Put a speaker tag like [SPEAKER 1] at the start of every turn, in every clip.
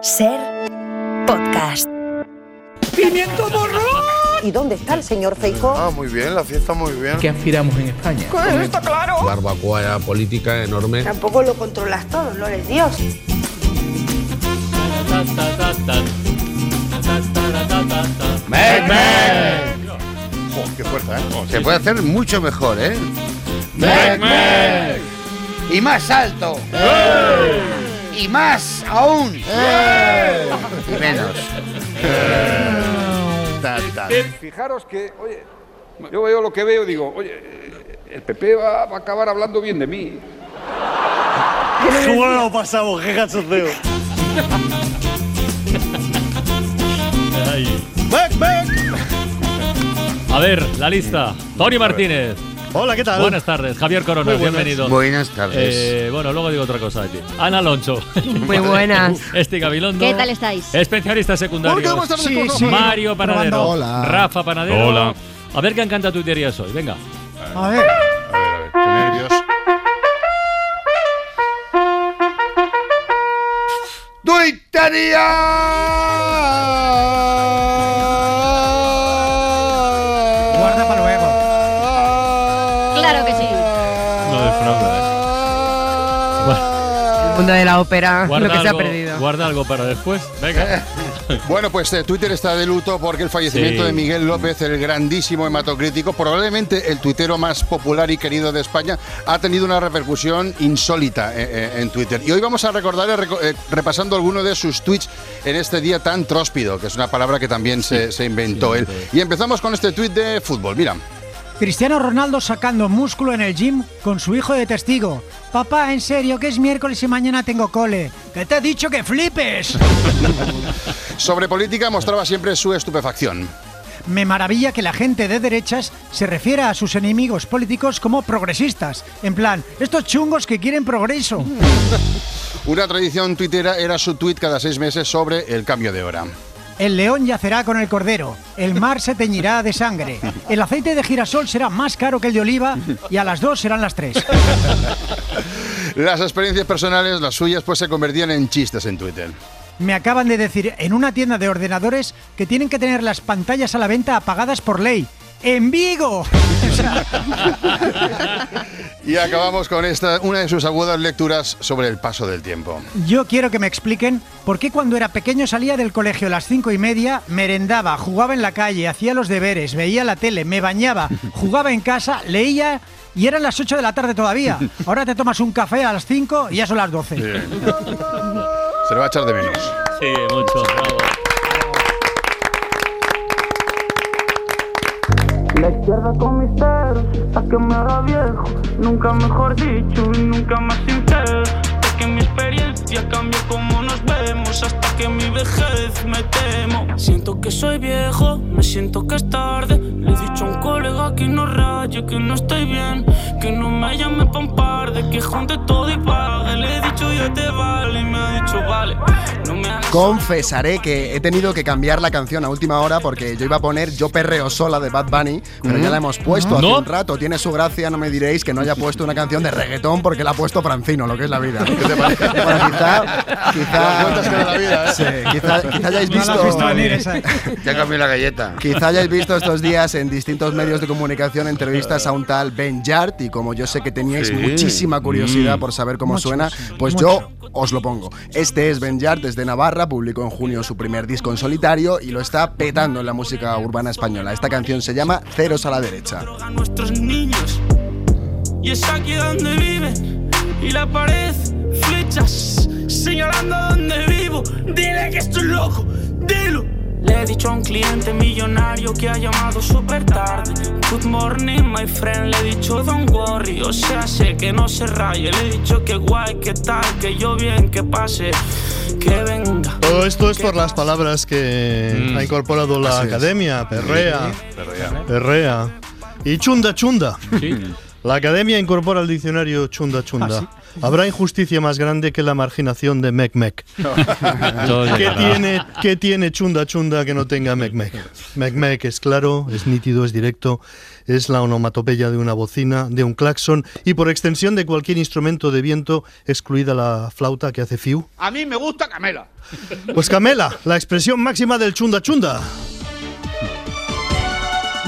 [SPEAKER 1] Ser podcast.
[SPEAKER 2] ¡Pimiento morro!
[SPEAKER 3] ¿Y dónde está el señor Feijóo?
[SPEAKER 4] Ah, muy bien, la fiesta muy bien.
[SPEAKER 5] ¿Qué aspiramos en España?
[SPEAKER 2] está claro?
[SPEAKER 6] barbacoa política enorme.
[SPEAKER 7] Tampoco lo controlas todo, no eres Dios.
[SPEAKER 4] Jo, ¡Qué fuerza, eh!
[SPEAKER 6] Se puede hacer mucho mejor, ¿eh?
[SPEAKER 8] y más alto. Y más aún.
[SPEAKER 9] ¡Eh!
[SPEAKER 6] Y menos.
[SPEAKER 8] Eh,
[SPEAKER 4] Ta, ta.
[SPEAKER 10] Fijaros que, oye, yo veo lo que veo y digo, oye, eh, el PP va, va a acabar hablando bien de mí.
[SPEAKER 2] ¿Cómo no lo pasamos? ¡Qué cachondeo!
[SPEAKER 4] Back, back.
[SPEAKER 11] A ver, la lista. Tony Martínez.
[SPEAKER 2] Hola, ¿qué tal?
[SPEAKER 11] Buenas tardes. Javier Corona, bienvenido.
[SPEAKER 6] Buenas tardes.
[SPEAKER 11] Eh, bueno, luego digo otra cosa de ti. Ana Alonso.
[SPEAKER 12] Muy buenas.
[SPEAKER 11] Este Gabilondo.
[SPEAKER 12] ¿Qué tal estáis?
[SPEAKER 11] Especialista
[SPEAKER 4] ¿Por qué
[SPEAKER 11] secundario.
[SPEAKER 4] vamos a hacer cosas?
[SPEAKER 11] Mario Panadero.
[SPEAKER 4] Probando. Hola.
[SPEAKER 11] Rafa Panadero.
[SPEAKER 10] Hola.
[SPEAKER 11] A ver qué encanta tuiterías hoy. Venga.
[SPEAKER 2] A ver.
[SPEAKER 4] A ver, qué nervios.
[SPEAKER 6] ¡Duitaría!
[SPEAKER 2] Guarda para luego.
[SPEAKER 12] Claro que sí.
[SPEAKER 11] No defrauda,
[SPEAKER 12] El mundo de la ópera,
[SPEAKER 11] Guarda,
[SPEAKER 12] lo que se ha
[SPEAKER 11] algo,
[SPEAKER 12] perdido.
[SPEAKER 11] guarda algo para después. Venga.
[SPEAKER 8] Bueno, pues eh, Twitter está de luto porque el fallecimiento
[SPEAKER 11] Sí.
[SPEAKER 8] de Miguel López, el grandísimo hematocrítico, probablemente el tuitero más popular y querido de España, ha tenido una repercusión insólita eh, eh, en Twitter. Y hoy vamos a recordarle reco- eh, repasando alguno de sus tweets en este día tan tróspido, que es una palabra que también se, se inventó él. Y empezamos con este tuit de fútbol. Mira.
[SPEAKER 13] Cristiano Ronaldo sacando músculo en el gym con su hijo de testigo. Papá, en serio, que es miércoles y mañana tengo cole. Que te he dicho que flipes.
[SPEAKER 8] Sobre política mostraba siempre su estupefacción.
[SPEAKER 13] Me maravilla que la gente de derechas se refiera a sus enemigos políticos como progresistas. En plan, estos chungos que quieren progreso.
[SPEAKER 8] Una tradición tuitera era su tuit cada seis meses sobre el cambio de hora.
[SPEAKER 13] El león yacerá con el cordero, el mar se teñirá de sangre, el aceite de girasol será más caro que el de oliva y a las dos serán las tres.
[SPEAKER 8] Las experiencias personales, las suyas, pues se convertían en chistes en Twitter.
[SPEAKER 13] Me acaban de decir en una tienda de ordenadores que tienen que tener las pantallas a la venta apagadas por ley. ¡En Vigo!
[SPEAKER 8] Y acabamos con esta, una de sus agudas lecturas sobre el paso del tiempo.
[SPEAKER 13] Yo quiero que me expliquen por qué cuando era pequeño salía del colegio a las cinco y media, merendaba, jugaba en la calle, hacía los deberes, veía la tele, me bañaba, jugaba en casa, leía y eran las 8 de la tarde todavía. Ahora te tomas un café a las 5 y ya son las 12.
[SPEAKER 8] Se lo va a echar de menos.
[SPEAKER 11] Sí, mucho. Bravo.
[SPEAKER 2] La izquierda con mis peros, a que me haga viejo. Nunca mejor dicho y nunca más sincero. Porque mi experiencia cambió como nos vemos. Hasta que mi vejez me temo. Siento que soy viejo, me siento que es tarde. Le he dicho a un colega que no raye, que no estoy bien. Que no me llame pa' un par de que junte todo y pague. Le he dicho ya te vale y me ha dicho vale. No me hagas
[SPEAKER 9] Confesaré que he tenido que cambiar la canción a última hora porque yo iba a poner Yo perreo sola de Bad Bunny, pero ya la hemos puesto hace
[SPEAKER 11] No.
[SPEAKER 9] un rato. Tiene su gracia, no me diréis que no haya puesto una canción de reggaetón porque la ha puesto Francino, lo que es la vida. Bueno, quizá,
[SPEAKER 8] Las
[SPEAKER 9] quizá,
[SPEAKER 8] vueltas que da la vida, ¿eh?
[SPEAKER 9] Sí, quizá, quizá hayáis
[SPEAKER 13] No la
[SPEAKER 9] visto. eh,
[SPEAKER 13] has visto venir esa.
[SPEAKER 6] Ya cambié la galleta.
[SPEAKER 9] Quizá hayáis visto estos días en distintos medios de comunicación entrevistas a un tal Ben Yard y como yo sé que teníais
[SPEAKER 6] Sí.
[SPEAKER 9] muchísima curiosidad
[SPEAKER 8] Mm.
[SPEAKER 9] por saber cómo
[SPEAKER 13] Mucho,
[SPEAKER 9] suena,
[SPEAKER 13] sí,
[SPEAKER 9] pues
[SPEAKER 13] mucho.
[SPEAKER 9] yo os lo pongo. Este es Ben Yard desde Navarra, publicó en junio su primer disco en solitario y lo está petando en la música urbana española. Esta canción se llama Ceros a la derecha.
[SPEAKER 2] a nuestros niños. Y es aquí donde vive. Y la pared, flechas, señalando donde vivo. Dile que estoy loco, dilo. Le he dicho a un cliente millonario que ha llamado súper tarde. Good morning, my friend. Le he dicho don't worry, o sea, sé que no se raye. Le he dicho que guay, que tal, que yo bien, que pase, que venga.
[SPEAKER 5] Todo esto es por las palabras que
[SPEAKER 11] Mm.
[SPEAKER 5] ha incorporado la academia. Perrea,
[SPEAKER 11] Ah,
[SPEAKER 5] perrea. Y chunda chunda. La academia incorpora al diccionario chunda chunda. ¿Habrá injusticia más grande que la marginación de Mec Mec?
[SPEAKER 11] Todo
[SPEAKER 5] ¿Qué
[SPEAKER 11] llegará.
[SPEAKER 5] tiene, ¿Qué tiene chunda chunda que no tenga Mec Mec? Mec Mec es claro, es nítido, es directo, es la onomatopeya de una bocina, de un claxon y por extensión de cualquier instrumento de viento, excluida la flauta que hace Fiu.
[SPEAKER 6] A mí me gusta Camela.
[SPEAKER 5] Pues Camela, la expresión máxima del chunda chunda.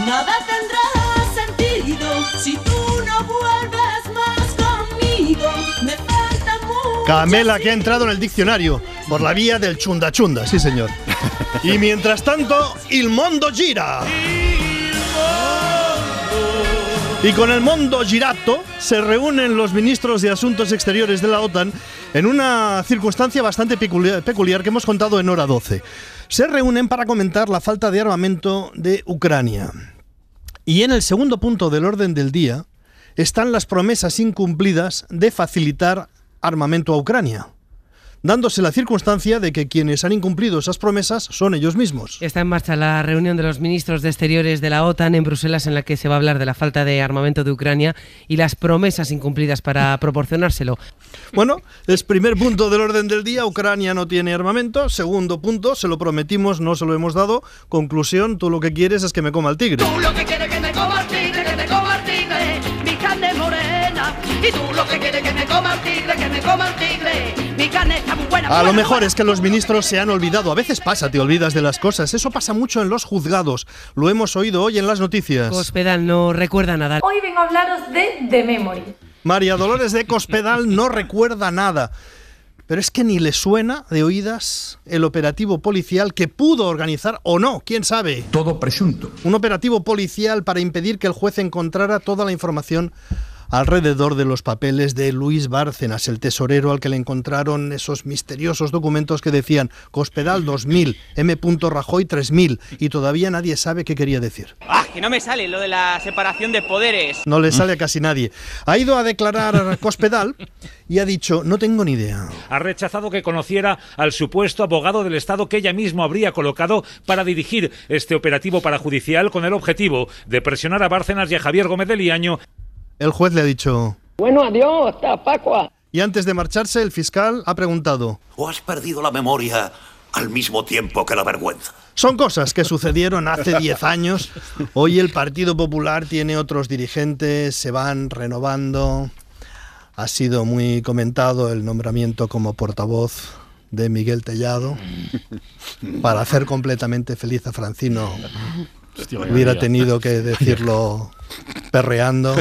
[SPEAKER 3] Nada tendrá sentido si tú no vuelves más conmigo. Me falta mucho.
[SPEAKER 5] Camela que ha entrado en el diccionario por la vía del chunda chunda, sí señor. Y mientras tanto, el mundo gira. Y con el mundo girato se reúnen los ministros de Asuntos Exteriores de la OTAN en una circunstancia bastante peculiar, peculiar que hemos contado en hora 12. Se reúnen para comentar la falta de armamento de Ucrania. Y en el segundo punto del orden del día están las promesas incumplidas de facilitar armamento a Ucrania, dándose la circunstancia de que quienes han incumplido esas promesas son ellos mismos.
[SPEAKER 14] Está en marcha la reunión de los ministros de Exteriores de la OTAN en Bruselas en la que se va a hablar de la falta de armamento de Ucrania y las promesas incumplidas para proporcionárselo.
[SPEAKER 5] Bueno, es primer punto del orden del día, Ucrania no tiene armamento. Segundo punto, se lo prometimos, no se lo hemos dado. Conclusión, tú lo que quieres es que me coma el tigre.
[SPEAKER 3] Tú lo que quieres que me coma el tigre, que me coma el tigre, mi carne morena. Y tú lo que quieres que me coma el tigre, que me coma el tigre, mi carne está muy buena.
[SPEAKER 5] A lo mejor es que los ministros se han olvidado. A veces pasa, te olvidas de las cosas. Eso pasa mucho en los juzgados. Lo hemos oído hoy en las noticias.
[SPEAKER 14] Cospedal no recuerda nada.
[SPEAKER 15] Hoy vengo a hablaros de The Memory.
[SPEAKER 5] María Dolores de Cospedal no recuerda nada. Pero es que ni le suena de oídas el operativo policial que pudo organizar o no, quién sabe.
[SPEAKER 16] Todo presunto.
[SPEAKER 5] Un operativo policial para impedir que el juez encontrara toda la información alrededor de los papeles de Luis Bárcenas, el tesorero al que le encontraron esos misteriosos documentos que decían Cospedal 2000, M. Rajoy 3000 y todavía nadie sabe qué quería decir.
[SPEAKER 6] Ah, que no me sale lo de la separación de poderes.
[SPEAKER 5] No le sale a casi nadie. Ha ido a declarar a Cospedal y ha dicho, no tengo ni idea.
[SPEAKER 17] Ha rechazado que conociera al supuesto abogado del Estado que ella mismo habría colocado para dirigir este operativo parajudicial con el objetivo de presionar a Bárcenas y a Javier Gómez de Liaño.
[SPEAKER 5] El juez le ha dicho...
[SPEAKER 18] Bueno, adiós, hasta Pascua.
[SPEAKER 5] Y antes de marcharse, el fiscal ha preguntado,
[SPEAKER 19] ¿O has perdido la memoria al mismo tiempo que la vergüenza?
[SPEAKER 5] Son cosas que sucedieron hace 10 años. Hoy el Partido Popular tiene otros dirigentes, se van renovando. Ha sido muy comentado el nombramiento como portavoz de Miguel Tellado para hacer completamente feliz a Francino. Hubiera tenido que decirlo perreando.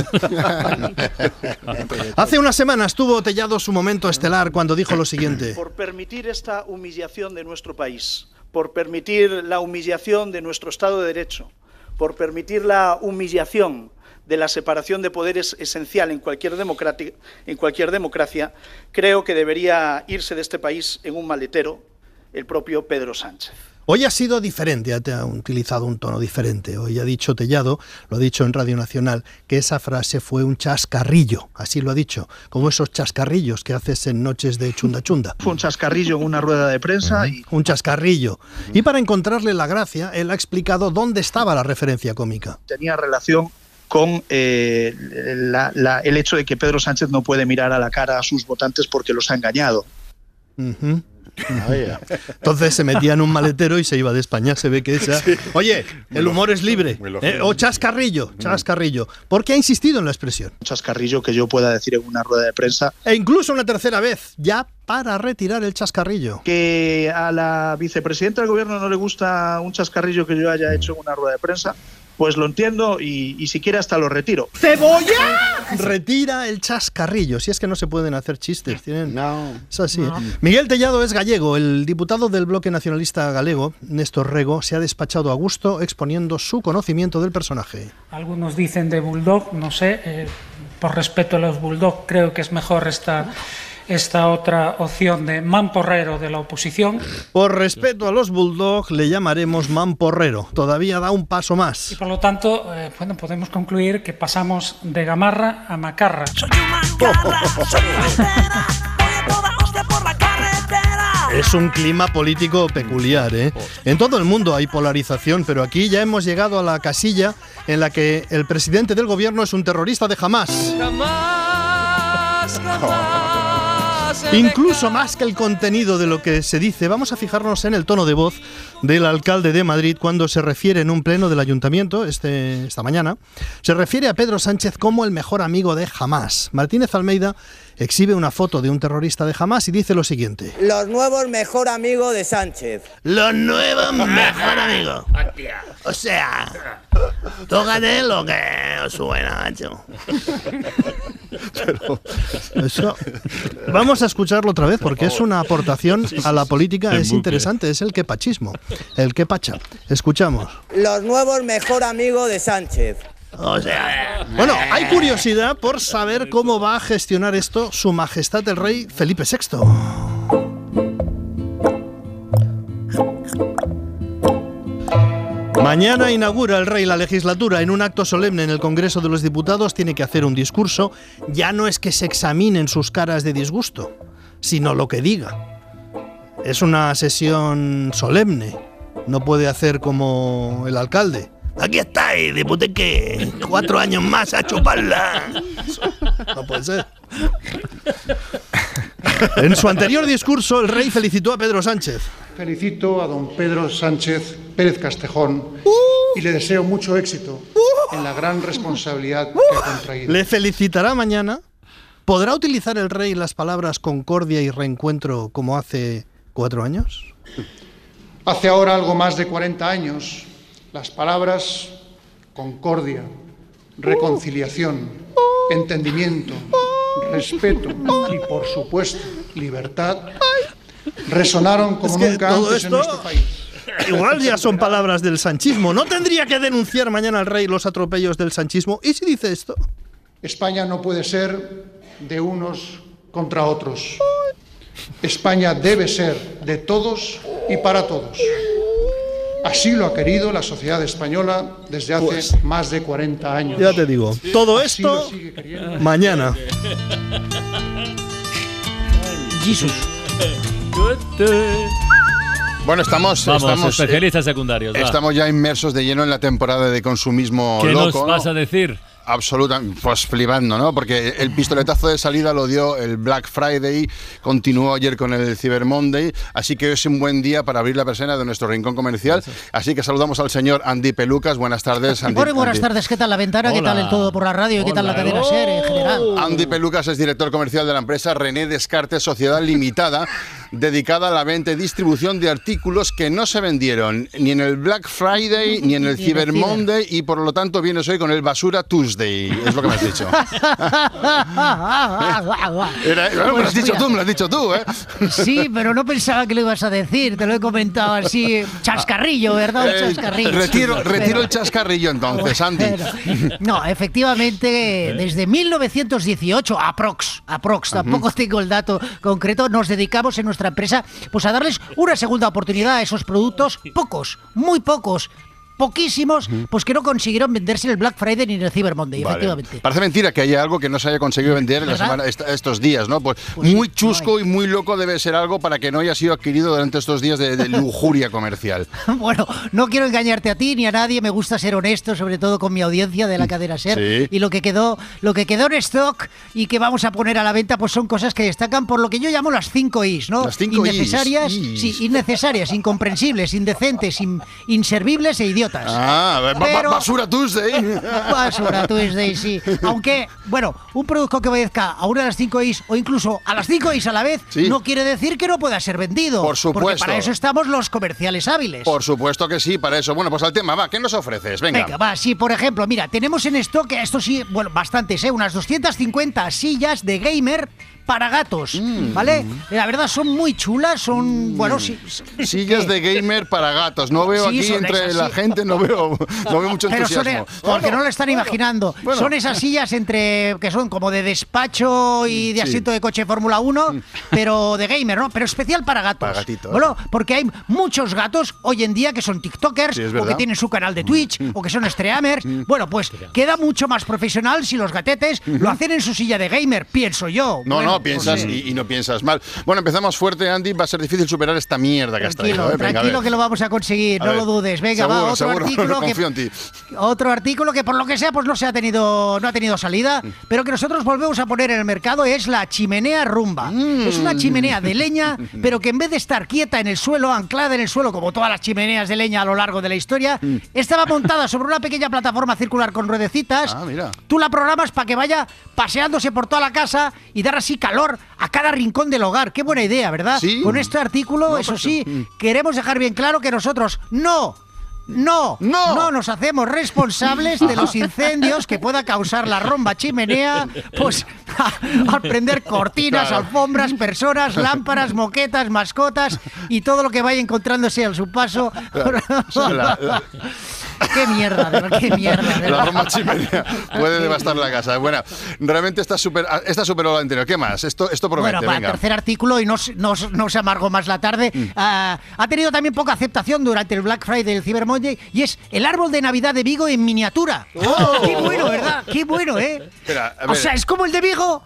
[SPEAKER 5] Hace unas semanas tuvo Tellado su momento estelar cuando dijo lo siguiente.
[SPEAKER 20] Por permitir esta humillación de nuestro país, por permitir la humillación de nuestro Estado de Derecho, por permitir la humillación de la separación de poderes esencial en cualquier, democrati- en cualquier democracia, creo que debería irse de este país en un maletero el propio Pedro Sánchez.
[SPEAKER 5] Hoy ha sido diferente, ha- te ha utilizado un tono diferente. Hoy ha dicho Tellado, lo ha dicho en Radio Nacional, que esa frase fue un chascarrillo, así lo ha dicho, como esos chascarrillos que haces en noches de chunda chunda.
[SPEAKER 20] Fue un chascarrillo en una rueda de prensa y
[SPEAKER 5] Un chascarrillo. Y para encontrarle la gracia, él ha explicado dónde estaba la referencia cómica.
[SPEAKER 20] tenía relación con eh, la- la- el hecho de que Pedro Sánchez no puede mirar a la cara a sus votantes porque los ha engañado.
[SPEAKER 5] Ujú. Entonces se metía en un maletero y se iba de España. Se ve que esa. Oye, el humor es libre. Eh, o chascarrillo, chascarrillo. Porque ha insistido en la expresión.
[SPEAKER 20] Un chascarrillo que yo pueda decir en una rueda de prensa
[SPEAKER 5] E incluso una tercera vez, ya para retirar el chascarrillo.
[SPEAKER 20] que eh, a la vicepresidenta del gobierno no le gusta un chascarrillo que yo haya hecho en una rueda de prensa, pues lo entiendo y, y si quiere hasta lo retiro.
[SPEAKER 5] ¡Cebolla! Retira el chascarrillo. Si es que no se pueden hacer chistes. Tienen... Es así.
[SPEAKER 20] No.
[SPEAKER 5] Miguel Tellado es gallego. El diputado del bloque nacionalista galego, Néstor Rego, se ha despachado a gusto exponiendo su conocimiento del personaje.
[SPEAKER 21] Algunos dicen de bulldog, no sé, eh, por respeto a los bulldog creo que es mejor esta, esta otra opción de mamporrero de la oposición.
[SPEAKER 5] Por respeto a los Bulldogs, le llamaremos mamporrero. Todavía da un paso más.
[SPEAKER 21] Y por lo tanto, eh, bueno, podemos concluir que pasamos de gamarra a macarra.
[SPEAKER 5] Es un clima político peculiar, ¿eh? En todo el mundo hay polarización, pero aquí ya hemos llegado a la casilla en la que el presidente del gobierno es un terrorista de jamás.
[SPEAKER 3] Jamás, jamás.
[SPEAKER 5] Incluso más que el contenido de lo que se dice, vamos a fijarnos en el tono de voz del alcalde de Madrid cuando se refiere en un pleno del ayuntamiento este, esta mañana. Se refiere a Pedro Sánchez como el mejor amigo de Hamas. Martínez Almeida exhibe una foto de un terrorista de Hamas y dice lo siguiente.
[SPEAKER 22] Los nuevos mejor amigos de Sánchez.
[SPEAKER 23] Los nuevos mejor amigos. O sea, tócate lo que os suena, macho.
[SPEAKER 5] Eso. Vamos a escucharlo otra vez porque es una aportación a la política,
[SPEAKER 16] En
[SPEAKER 5] es
[SPEAKER 16] bucle.
[SPEAKER 5] interesante, es el quepachismo, el quepacha. Escuchamos.
[SPEAKER 22] Los nuevos mejor amigos de Sánchez.
[SPEAKER 23] O sea,
[SPEAKER 5] Bueno,
[SPEAKER 3] Eh.
[SPEAKER 5] hay curiosidad por saber cómo va a gestionar esto su majestad el rey Felipe VI. Mañana inaugura el rey la legislatura. En un acto solemne en el Congreso de los Diputados tiene que hacer un discurso. Ya no es que se examinen sus caras de disgusto, sino lo que diga. Es una sesión solemne. No puede hacer como el alcalde.
[SPEAKER 23] aquí estáis, diputeque. Cuatro años más a chuparla.
[SPEAKER 5] No puede ser. En su anterior discurso, el rey felicitó a Pedro Sánchez.
[SPEAKER 24] Felicito a don Pedro Sánchez Pérez Castejón
[SPEAKER 5] Uh,
[SPEAKER 24] y le deseo mucho éxito en la gran responsabilidad que ha contraído.
[SPEAKER 5] Uh. Le felicitará mañana. ¿Podrá utilizar el rey las palabras concordia y reencuentro como hace cuatro años?
[SPEAKER 24] Hace ahora algo más de 40 años, las palabras concordia,
[SPEAKER 5] Uh.
[SPEAKER 24] reconciliación, entendimiento,
[SPEAKER 5] Uh.
[SPEAKER 24] respeto y, por supuesto, libertad resonaron como
[SPEAKER 5] Es que
[SPEAKER 24] nunca
[SPEAKER 5] todo
[SPEAKER 24] antes en
[SPEAKER 5] esto-
[SPEAKER 24] nuestro país.
[SPEAKER 5] Igual ya son palabras del sanchismo. ¿No tendría que denunciar mañana al rey los atropellos del sanchismo? ¿Y si dice esto?
[SPEAKER 24] España no puede ser de unos contra otros. España debe ser de todos y para todos. Así lo ha querido la sociedad española desde hace más de 40 años.
[SPEAKER 5] Pues, Ya te digo. Todo esto
[SPEAKER 24] Así lo sigue queriendo.
[SPEAKER 5] mañana.
[SPEAKER 24] Jesus.
[SPEAKER 8] Bueno, estamos.
[SPEAKER 11] Vamos,
[SPEAKER 8] estamos, eh,
[SPEAKER 11] especialistas secundarios, va.
[SPEAKER 8] Estamos ya inmersos de lleno en la temporada de consumismo
[SPEAKER 11] ¿Qué
[SPEAKER 8] loco.
[SPEAKER 11] nos vas
[SPEAKER 8] ¿no?
[SPEAKER 11] a decir?
[SPEAKER 8] Absolutamente, pues flipando, ¿no? Porque el pistoletazo de salida lo dio el Black Friday, continuó ayer con el Cyber Monday, así que hoy es un buen día para abrir la persona de nuestro rincón comercial. Así que saludamos al señor Andy Pelucas. Buenas tardes, Andy.
[SPEAKER 24] Bueno, buenas
[SPEAKER 8] Andy.
[SPEAKER 24] tardes, ¿qué tal la ventana? ¿Qué
[SPEAKER 8] Hola.
[SPEAKER 24] tal el todo por la radio? ¿Qué tal la cadena SER en general?
[SPEAKER 8] Andy Pelucas es director comercial de la empresa René Descartes Sociedad Limitada, dedicada a la venta y distribución de artículos que no se vendieron ni en el Black Friday ni en el
[SPEAKER 24] Ni en el
[SPEAKER 8] Cyber
[SPEAKER 24] Cyber.
[SPEAKER 8] Monday y por lo tanto vienes hoy con el Basura Tuesday, es lo que me has dicho. Oh. Era- bueno, me lo
[SPEAKER 24] Pues
[SPEAKER 8] has dicho
[SPEAKER 24] mira,
[SPEAKER 8] tú, me lo has dicho tú, ¿eh?
[SPEAKER 24] Sí, pero no pensaba que lo ibas a decir, te lo he comentado así, chascarrillo, ¿verdad? Un
[SPEAKER 8] Eh,
[SPEAKER 24] chascarrillo.
[SPEAKER 8] Retiro,
[SPEAKER 24] Pero-
[SPEAKER 8] retiro el chascarrillo entonces, Andy.
[SPEAKER 24] No, efectivamente, desde 1918, aprox, aprox, tampoco tengo el dato concreto, nos dedicamos en nuestra empresa pues a darles una segunda oportunidad a esos productos, pocos, muy pocos, poquísimos, pues que no consiguieron venderse en el Black Friday ni en el Cyber Monday,
[SPEAKER 8] Vale.
[SPEAKER 24] efectivamente.
[SPEAKER 8] Parece mentira que haya algo que no se haya conseguido vender en la
[SPEAKER 24] ¿Verdad?
[SPEAKER 8] semana, est- estos días, ¿no? Pues, muy chusco y muy loco debe ser algo para que no haya sido adquirido durante estos días de, de lujuria comercial.
[SPEAKER 24] Bueno, no quiero engañarte a ti ni a nadie, me gusta ser honesto, sobre todo con mi audiencia de la cadena Ser.
[SPEAKER 8] Mm, Sí.
[SPEAKER 24] Y lo que quedó, lo que quedó en stock y que vamos a poner a la venta, pues son cosas que destacan por lo que yo llamo las 5 Is, ¿no?
[SPEAKER 8] Las cinco Is,
[SPEAKER 24] innecesarias,
[SPEAKER 8] Is.
[SPEAKER 24] sí, innecesarias, incomprensibles, indecentes, in- inservibles e idiotas.
[SPEAKER 8] Ah, ba- ba-
[SPEAKER 24] Pero-
[SPEAKER 8] basura Tuesday.
[SPEAKER 24] Basura Tuesday, sí. Aunque, bueno, un producto que obedezca a una de las 5 Is o incluso a las 5 Is a la vez,
[SPEAKER 8] Sí.
[SPEAKER 24] no quiere decir que no pueda ser vendido.
[SPEAKER 8] Por
[SPEAKER 24] Porque
[SPEAKER 8] supuesto.
[SPEAKER 24] para eso estamos los comerciales hábiles.
[SPEAKER 8] Por supuesto que sí, para eso. Bueno, pues al tema, va, ¿qué nos ofreces? Venga.
[SPEAKER 24] va, sí, por ejemplo, mira, tenemos en stock, esto sí, bueno, bastantes, ¿eh? unas 250 sillas de gamer para gatos, ¿vale? La verdad son muy chulas, son, bueno, sí.
[SPEAKER 8] Sillas de gamer para gatos. No veo
[SPEAKER 24] Sí,
[SPEAKER 8] aquí
[SPEAKER 24] son
[SPEAKER 8] entre
[SPEAKER 24] esas,
[SPEAKER 8] la
[SPEAKER 24] sí.
[SPEAKER 8] gente, no veo, no veo mucho
[SPEAKER 24] Pero son, e-
[SPEAKER 8] entusiasmo.
[SPEAKER 24] porque no lo están imaginando.
[SPEAKER 8] bueno.
[SPEAKER 24] Son esas sillas entre que son como de despacho y de
[SPEAKER 8] Sí. Mm.
[SPEAKER 24] asiento de coche Fórmula 1, pero de gamer, ¿no? Pero especial para gatos.
[SPEAKER 8] Para gatitos.
[SPEAKER 24] Bueno, porque hay muchos gatos hoy en día que son TikTokers
[SPEAKER 8] Sí, es
[SPEAKER 24] o que
[SPEAKER 8] verdad. Mm.
[SPEAKER 24] tienen su canal de Twitch o que son streamers. Bueno, pues queda mucho más profesional si los gatetes lo hacen en su silla de gamer, pienso yo.
[SPEAKER 8] No,
[SPEAKER 24] Bueno,
[SPEAKER 8] no, no piensas
[SPEAKER 24] Pues sí.
[SPEAKER 8] y, y no piensas mal. Bueno, empezamos fuerte, Andy. Va a ser difícil superar esta mierda que has traído.
[SPEAKER 24] Tranquilo,
[SPEAKER 8] ¿eh? Venga, a
[SPEAKER 24] tranquilo
[SPEAKER 8] ver.
[SPEAKER 24] que lo vamos a conseguir,
[SPEAKER 8] A
[SPEAKER 24] no
[SPEAKER 8] ver.
[SPEAKER 24] lo dudes. Venga, va,
[SPEAKER 8] Seguro,
[SPEAKER 24] otro
[SPEAKER 8] seguro,
[SPEAKER 24] artículo
[SPEAKER 8] confío en
[SPEAKER 24] que
[SPEAKER 8] ti.
[SPEAKER 24] otro artículo que por lo que sea pues no se ha tenido no ha tenido salida, pero que nosotros volvemos a poner en el mercado es la chimenea rumba. Es una chimenea de leña, pero que en vez de estar quieta en el suelo, anclada en el suelo como todas las chimeneas de leña a lo largo de la historia,
[SPEAKER 8] Mm.
[SPEAKER 24] estaba montada sobre una pequeña plataforma circular con ruedecitas.
[SPEAKER 8] Ah, mira.
[SPEAKER 24] Tú la programas para que vaya paseándose por toda la casa y dar así calor a cada rincón del hogar. Qué buena idea, ¿verdad?
[SPEAKER 8] Sí.
[SPEAKER 24] Con este artículo, eso sí, queremos dejar bien claro que nosotros no. No, no, nos hacemos responsables de los incendios que pueda causar la romba chimenea, pues a- al prender cortinas,
[SPEAKER 2] Claro.
[SPEAKER 24] alfombras, personas, lámparas, moquetas, mascotas y todo lo que vaya encontrándose a su paso.
[SPEAKER 8] La- la-
[SPEAKER 24] qué mierda, de verdad, qué mierda. de
[SPEAKER 8] La
[SPEAKER 24] verdad.
[SPEAKER 8] Roma chimenea puede devastar la casa. Bueno, realmente está super, ah, esta superó la anterior. ¿Qué más? Esto, esto promete,
[SPEAKER 24] Bueno, para el
[SPEAKER 8] venga. Mm.
[SPEAKER 24] tercer artículo, y no, os- no, os- no os amargo más la tarde, ah, ha tenido también poca aceptación durante el Black Friday del Cyber Monday, y es el árbol de Navidad de Vigo en miniatura.
[SPEAKER 8] ¡Oh!
[SPEAKER 24] ¡Qué bueno, verdad! ¡Qué bueno, eh!
[SPEAKER 8] Espera, a
[SPEAKER 24] O
[SPEAKER 8] ver.
[SPEAKER 24] sea, es como el de Vigo,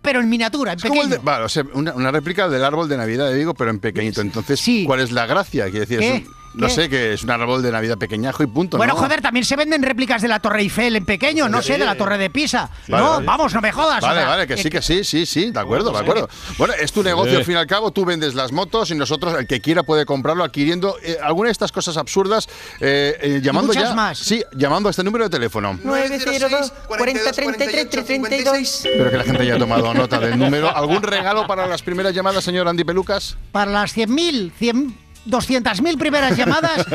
[SPEAKER 24] pero en miniatura, en
[SPEAKER 8] ¿Cómo el
[SPEAKER 24] pequeño.
[SPEAKER 8] de- vale, o sea, una, una réplica del árbol de Navidad de Vigo, pero en pequeñito. Entonces, ¿cuál es la gracia? Quiero decir, es
[SPEAKER 24] ¿Qué?
[SPEAKER 8] un- no
[SPEAKER 24] ¿Qué?
[SPEAKER 8] sé, que es un árbol de Navidad pequeñajo y punto.
[SPEAKER 24] Bueno,
[SPEAKER 8] ¿no?
[SPEAKER 24] joder, también se venden réplicas de la Torre Eiffel en pequeño, no
[SPEAKER 8] Sí.
[SPEAKER 24] sé, de la Torre de Pisa.
[SPEAKER 8] Sí.
[SPEAKER 24] no,
[SPEAKER 8] Vale,
[SPEAKER 24] vamos, no me jodas. o
[SPEAKER 8] Vale,
[SPEAKER 24] sea,
[SPEAKER 8] vale, que
[SPEAKER 24] eh,
[SPEAKER 8] sí, que sí, sí, sí, de acuerdo, de
[SPEAKER 24] pues,
[SPEAKER 8] acuerdo. Bueno, es tu negocio
[SPEAKER 25] Sí.
[SPEAKER 8] al fin y al cabo, tú vendes las motos y nosotros, el que quiera puede comprarlo adquiriendo eh, alguna de estas cosas absurdas, eh, eh, llamando
[SPEAKER 24] muchas
[SPEAKER 8] ya.
[SPEAKER 24] más.
[SPEAKER 8] Sí, llamando a este número de teléfono.
[SPEAKER 24] 902 40 33 32.
[SPEAKER 8] Espero que la gente haya tomado nota del número. ¿Algún regalo para las primeras llamadas, señor Andy Pelucas?
[SPEAKER 24] Para las 100.000, 100, 200.000 primeras llamadas,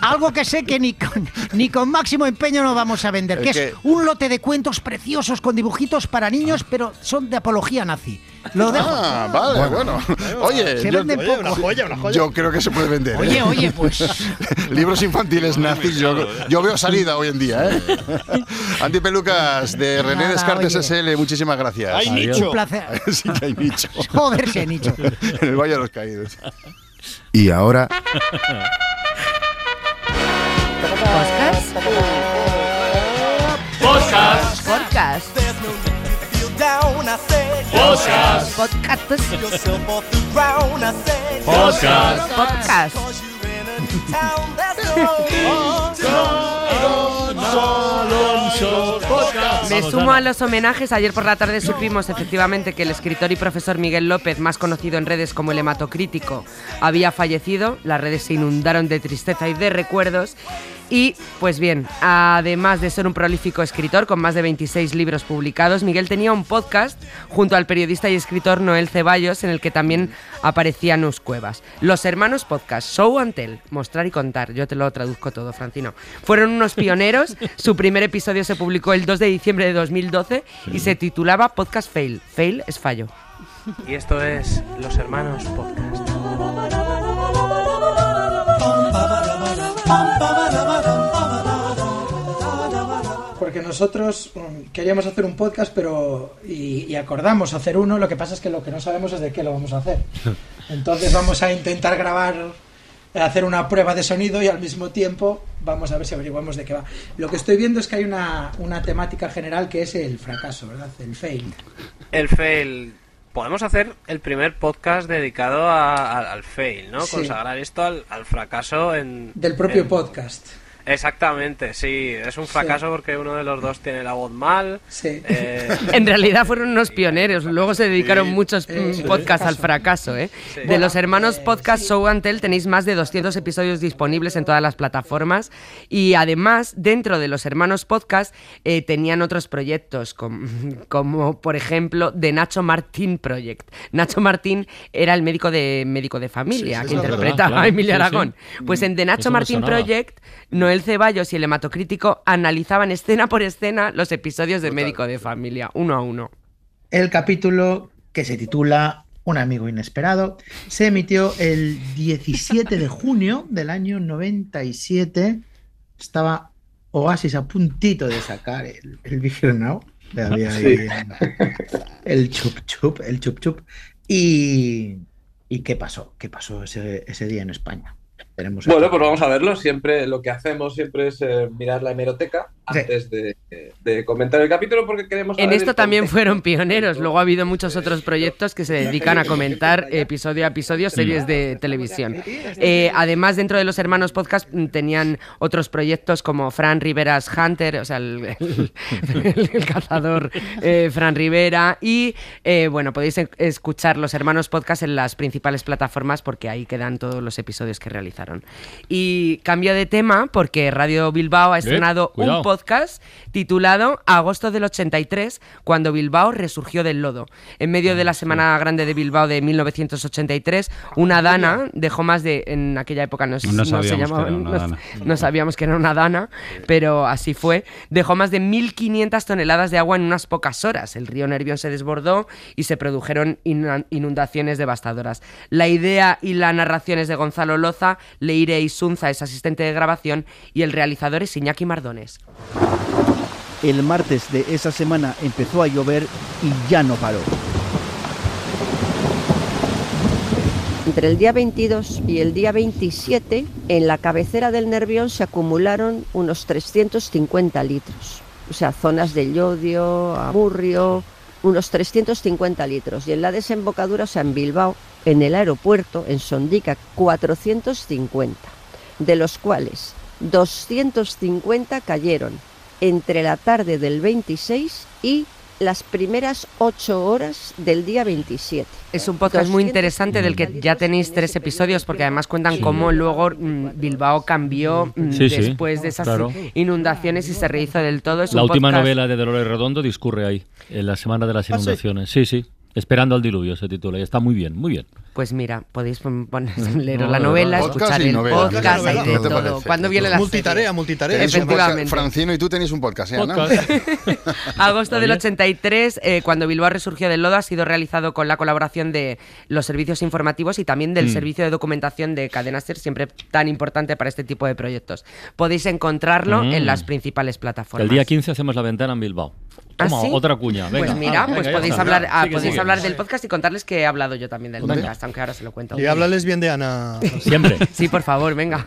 [SPEAKER 24] algo que sé que ni con, ni con máximo empeño no vamos a vender,
[SPEAKER 8] ¿El
[SPEAKER 24] que es
[SPEAKER 8] qué?
[SPEAKER 24] un lote de cuentos preciosos con dibujitos para niños, pero son de apología nazi. Lo dejo.
[SPEAKER 8] Ah, vale, bueno. Oye,
[SPEAKER 24] Se venden Oye, poco. una joya, una joya.
[SPEAKER 8] yo creo que se puede vender.
[SPEAKER 24] Oye,
[SPEAKER 8] ¿eh?
[SPEAKER 24] oye, pues.
[SPEAKER 8] Libros infantiles nazis, yo, yo veo salida hoy en día. ¿eh? Andy Pelucas de René
[SPEAKER 24] Pues Nada,
[SPEAKER 8] Descartes
[SPEAKER 24] oye.
[SPEAKER 8] SL, muchísimas gracias.
[SPEAKER 24] Hay Adiós. nicho. Un placer.
[SPEAKER 8] Sí que hay nicho.
[SPEAKER 24] Joder, se nicho.
[SPEAKER 8] en el Valle de los Caídos.
[SPEAKER 9] Y ahora.
[SPEAKER 26] ¿Podcast?
[SPEAKER 12] Podcast.
[SPEAKER 26] Podcast.
[SPEAKER 12] Podcast. Podcast.
[SPEAKER 26] Podcast.
[SPEAKER 12] Me
[SPEAKER 26] Me sumo a los homenajes. Ayer por la tarde supimos efectivamente que el escritor y profesor Miguel López, más conocido en redes como el hematocrítico, había fallecido. Las redes se inundaron de tristeza y de recuerdos. Y, pues bien, además de ser un prolífico escritor con más de 26 libros publicados, Miguel tenía un podcast junto al periodista y escritor Noel Ceballos en el que también aparecía Nus Cuevas. Los hermanos podcast, Show and Tell, mostrar y contar, yo te lo traduzco todo, Francino. Fueron unos pioneros, su primer episodio se publicó el 2 de diciembre de 2012 y se titulaba Podcast Fail. Fail es fallo.
[SPEAKER 16] Y esto es Los Hermanos Podcast.
[SPEAKER 27] Porque nosotros mm, queríamos hacer un podcast, pero. Y, y acordamos hacer uno, lo que pasa es que lo que no sabemos es de qué lo vamos a hacer. Entonces vamos a intentar grabar, eh, hacer una prueba de sonido y al mismo tiempo vamos a ver si averiguamos de qué va. Lo que estoy viendo es que hay una, una temática general que es el fracaso, ¿verdad? El fail.
[SPEAKER 16] El fail. Podemos hacer el primer podcast dedicado a- a- al fail, ¿no?
[SPEAKER 27] Sí.
[SPEAKER 16] Consagrar esto al, al fracaso en...
[SPEAKER 27] Del propio
[SPEAKER 16] en-
[SPEAKER 27] podcast.
[SPEAKER 16] Exactamente, sí. Es un fracaso porque uno de los dos tiene la voz mal.
[SPEAKER 27] Sí.
[SPEAKER 16] Eh,
[SPEAKER 12] En realidad fueron unos pioneros, luego se dedicaron muchos
[SPEAKER 16] Sí,
[SPEAKER 12] mm,
[SPEAKER 16] sí.
[SPEAKER 12] podcasts al fracaso. ¿eh?
[SPEAKER 16] Sí.
[SPEAKER 12] De
[SPEAKER 16] Bueno,
[SPEAKER 12] los hermanos Podcast Show and Tell tenéis más de 200 episodios disponibles en todas las plataformas y además dentro de los hermanos Podcast eh, tenían otros proyectos com- como por ejemplo The Nacho Martín Project. Nacho Martín era el médico de médico de familia
[SPEAKER 28] Sí, sí,
[SPEAKER 12] que
[SPEAKER 28] es verdad,
[SPEAKER 12] interpretaba
[SPEAKER 28] claro,
[SPEAKER 12] a Emilio
[SPEAKER 28] sí, sí.
[SPEAKER 12] Aragón. Pues en The
[SPEAKER 28] Mm,
[SPEAKER 12] Nacho
[SPEAKER 28] eso me
[SPEAKER 12] Martín
[SPEAKER 28] sonaba.
[SPEAKER 12] Project Noel Ceballos y el hematocrítico analizaban escena por escena los episodios de Médico de Familia, uno a uno.
[SPEAKER 27] El capítulo que se titula Un amigo inesperado se emitió el 17 de junio del año 97. Estaba Oasis a puntito de sacar el, el Big Hero Now. Le había ahí
[SPEAKER 29] Sí.
[SPEAKER 27] el chup chup, el chup chup. Y, ¿y qué pasó? ¿Qué pasó ese, ese día en España?
[SPEAKER 4] tenemos.
[SPEAKER 2] Bueno, pues vamos a verlo. Siempre lo que hacemos siempre es eh, mirar la hemeroteca antes de, de comentar el capítulo porque queremos.
[SPEAKER 12] En
[SPEAKER 2] saber
[SPEAKER 12] esto
[SPEAKER 2] el
[SPEAKER 12] también
[SPEAKER 2] contexto.
[SPEAKER 12] fueron pioneros. Luego ha habido muchos otros proyectos que se dedican a comentar episodio a episodio series de televisión. Eh, además, dentro de los hermanos podcast mm, tenían otros proyectos como Fran Rivera's Hunter, o sea, el, el- el- el cazador eh, Fran Rivera. Y eh, bueno, podéis e- escuchar los hermanos podcast en las principales plataformas porque ahí quedan todos los episodios que realizaron. Y cambio de tema porque Radio Bilbao ha
[SPEAKER 11] Eh,
[SPEAKER 12] estrenado
[SPEAKER 11] cuidado.
[SPEAKER 12] un podcast podcast titulado Agosto del 83, cuando Bilbao resurgió del lodo. En medio de la Semana Grande de Bilbao de 1983, una dana dejó más de, en aquella época no,
[SPEAKER 10] No
[SPEAKER 12] Pues no
[SPEAKER 10] sabíamos
[SPEAKER 12] se
[SPEAKER 10] que
[SPEAKER 12] llamaba,
[SPEAKER 10] era una
[SPEAKER 12] no-
[SPEAKER 10] dana.
[SPEAKER 12] no sabíamos que era una dana, pero así fue, dejó más de 1.500 toneladas de agua en unas pocas horas. El río Nervión se desbordó y se produjeron ina- inundaciones devastadoras. La idea y la narración es de Gonzalo Loza, Leire Isunza es asistente de grabación y el realizador es Iñaki Mardones.
[SPEAKER 10] El martes de esa semana empezó a llover y ya no paró.
[SPEAKER 25] Entre el día 22 y el día 27, en la cabecera del Nervión se acumularon unos 350 litros. O sea, zonas de Llodio, Amurrio, unos 350 litros. Y en la desembocadura, o sea, en Bilbao, en el aeropuerto, en Sondica, 450. De los cuales 250 cayeron entre la tarde del 26 y las primeras 8 horas del día 27.
[SPEAKER 12] Es un podcast muy interesante del que ya tenéis tres episodios porque además cuentan cómo luego mm, Bilbao cambió mm,
[SPEAKER 11] Sí, sí,
[SPEAKER 12] después de esas
[SPEAKER 11] claro.
[SPEAKER 12] inundaciones y se rehizo del todo. Es
[SPEAKER 11] La
[SPEAKER 12] un
[SPEAKER 11] última
[SPEAKER 12] podcast-
[SPEAKER 11] novela de Dolores Redondo discurre ahí, en la semana de las
[SPEAKER 12] ¿Ah, sí?
[SPEAKER 11] inundaciones. Sí, sí. Esperando al diluvio se titula y está muy bien, muy bien.
[SPEAKER 12] Pues mira, podéis pon- pon- leer
[SPEAKER 11] No,
[SPEAKER 12] la
[SPEAKER 11] de
[SPEAKER 12] novela,
[SPEAKER 11] verdad.
[SPEAKER 12] escuchar el podcast, hay de todo. Cuando viene la
[SPEAKER 8] Multitarea, multitarea.
[SPEAKER 12] Efectivamente.
[SPEAKER 8] Francino y tú tenéis un podcast, ¿eh, Ana?
[SPEAKER 12] Agosto del
[SPEAKER 8] Oye.
[SPEAKER 12] 83, eh, cuando Bilbao resurgió del lodo, ha sido realizado con la colaboración de los servicios informativos y también del
[SPEAKER 13] Mm.
[SPEAKER 12] servicio de documentación de Cadena Ser, siempre tan importante para este tipo de proyectos. Podéis encontrarlo
[SPEAKER 11] Mm.
[SPEAKER 12] en las principales plataformas.
[SPEAKER 11] El día 15 hacemos la ventana en Bilbao.
[SPEAKER 12] ¿Ah,
[SPEAKER 11] Toma,
[SPEAKER 12] sí?
[SPEAKER 11] otra cuña. Venga.
[SPEAKER 12] Pues mira,
[SPEAKER 11] Ah, venga,
[SPEAKER 12] pues
[SPEAKER 11] ya
[SPEAKER 12] podéis
[SPEAKER 11] está.
[SPEAKER 12] hablar, ah,
[SPEAKER 11] Sigue,
[SPEAKER 12] podéis
[SPEAKER 11] sigue. Pues
[SPEAKER 12] hablar del podcast y contarles que he hablado yo también del
[SPEAKER 5] Venga.
[SPEAKER 12] podcast, aunque ahora se lo cuento.
[SPEAKER 5] Y háblales bien de Ana.
[SPEAKER 11] Siempre.
[SPEAKER 12] Sí, por favor, venga.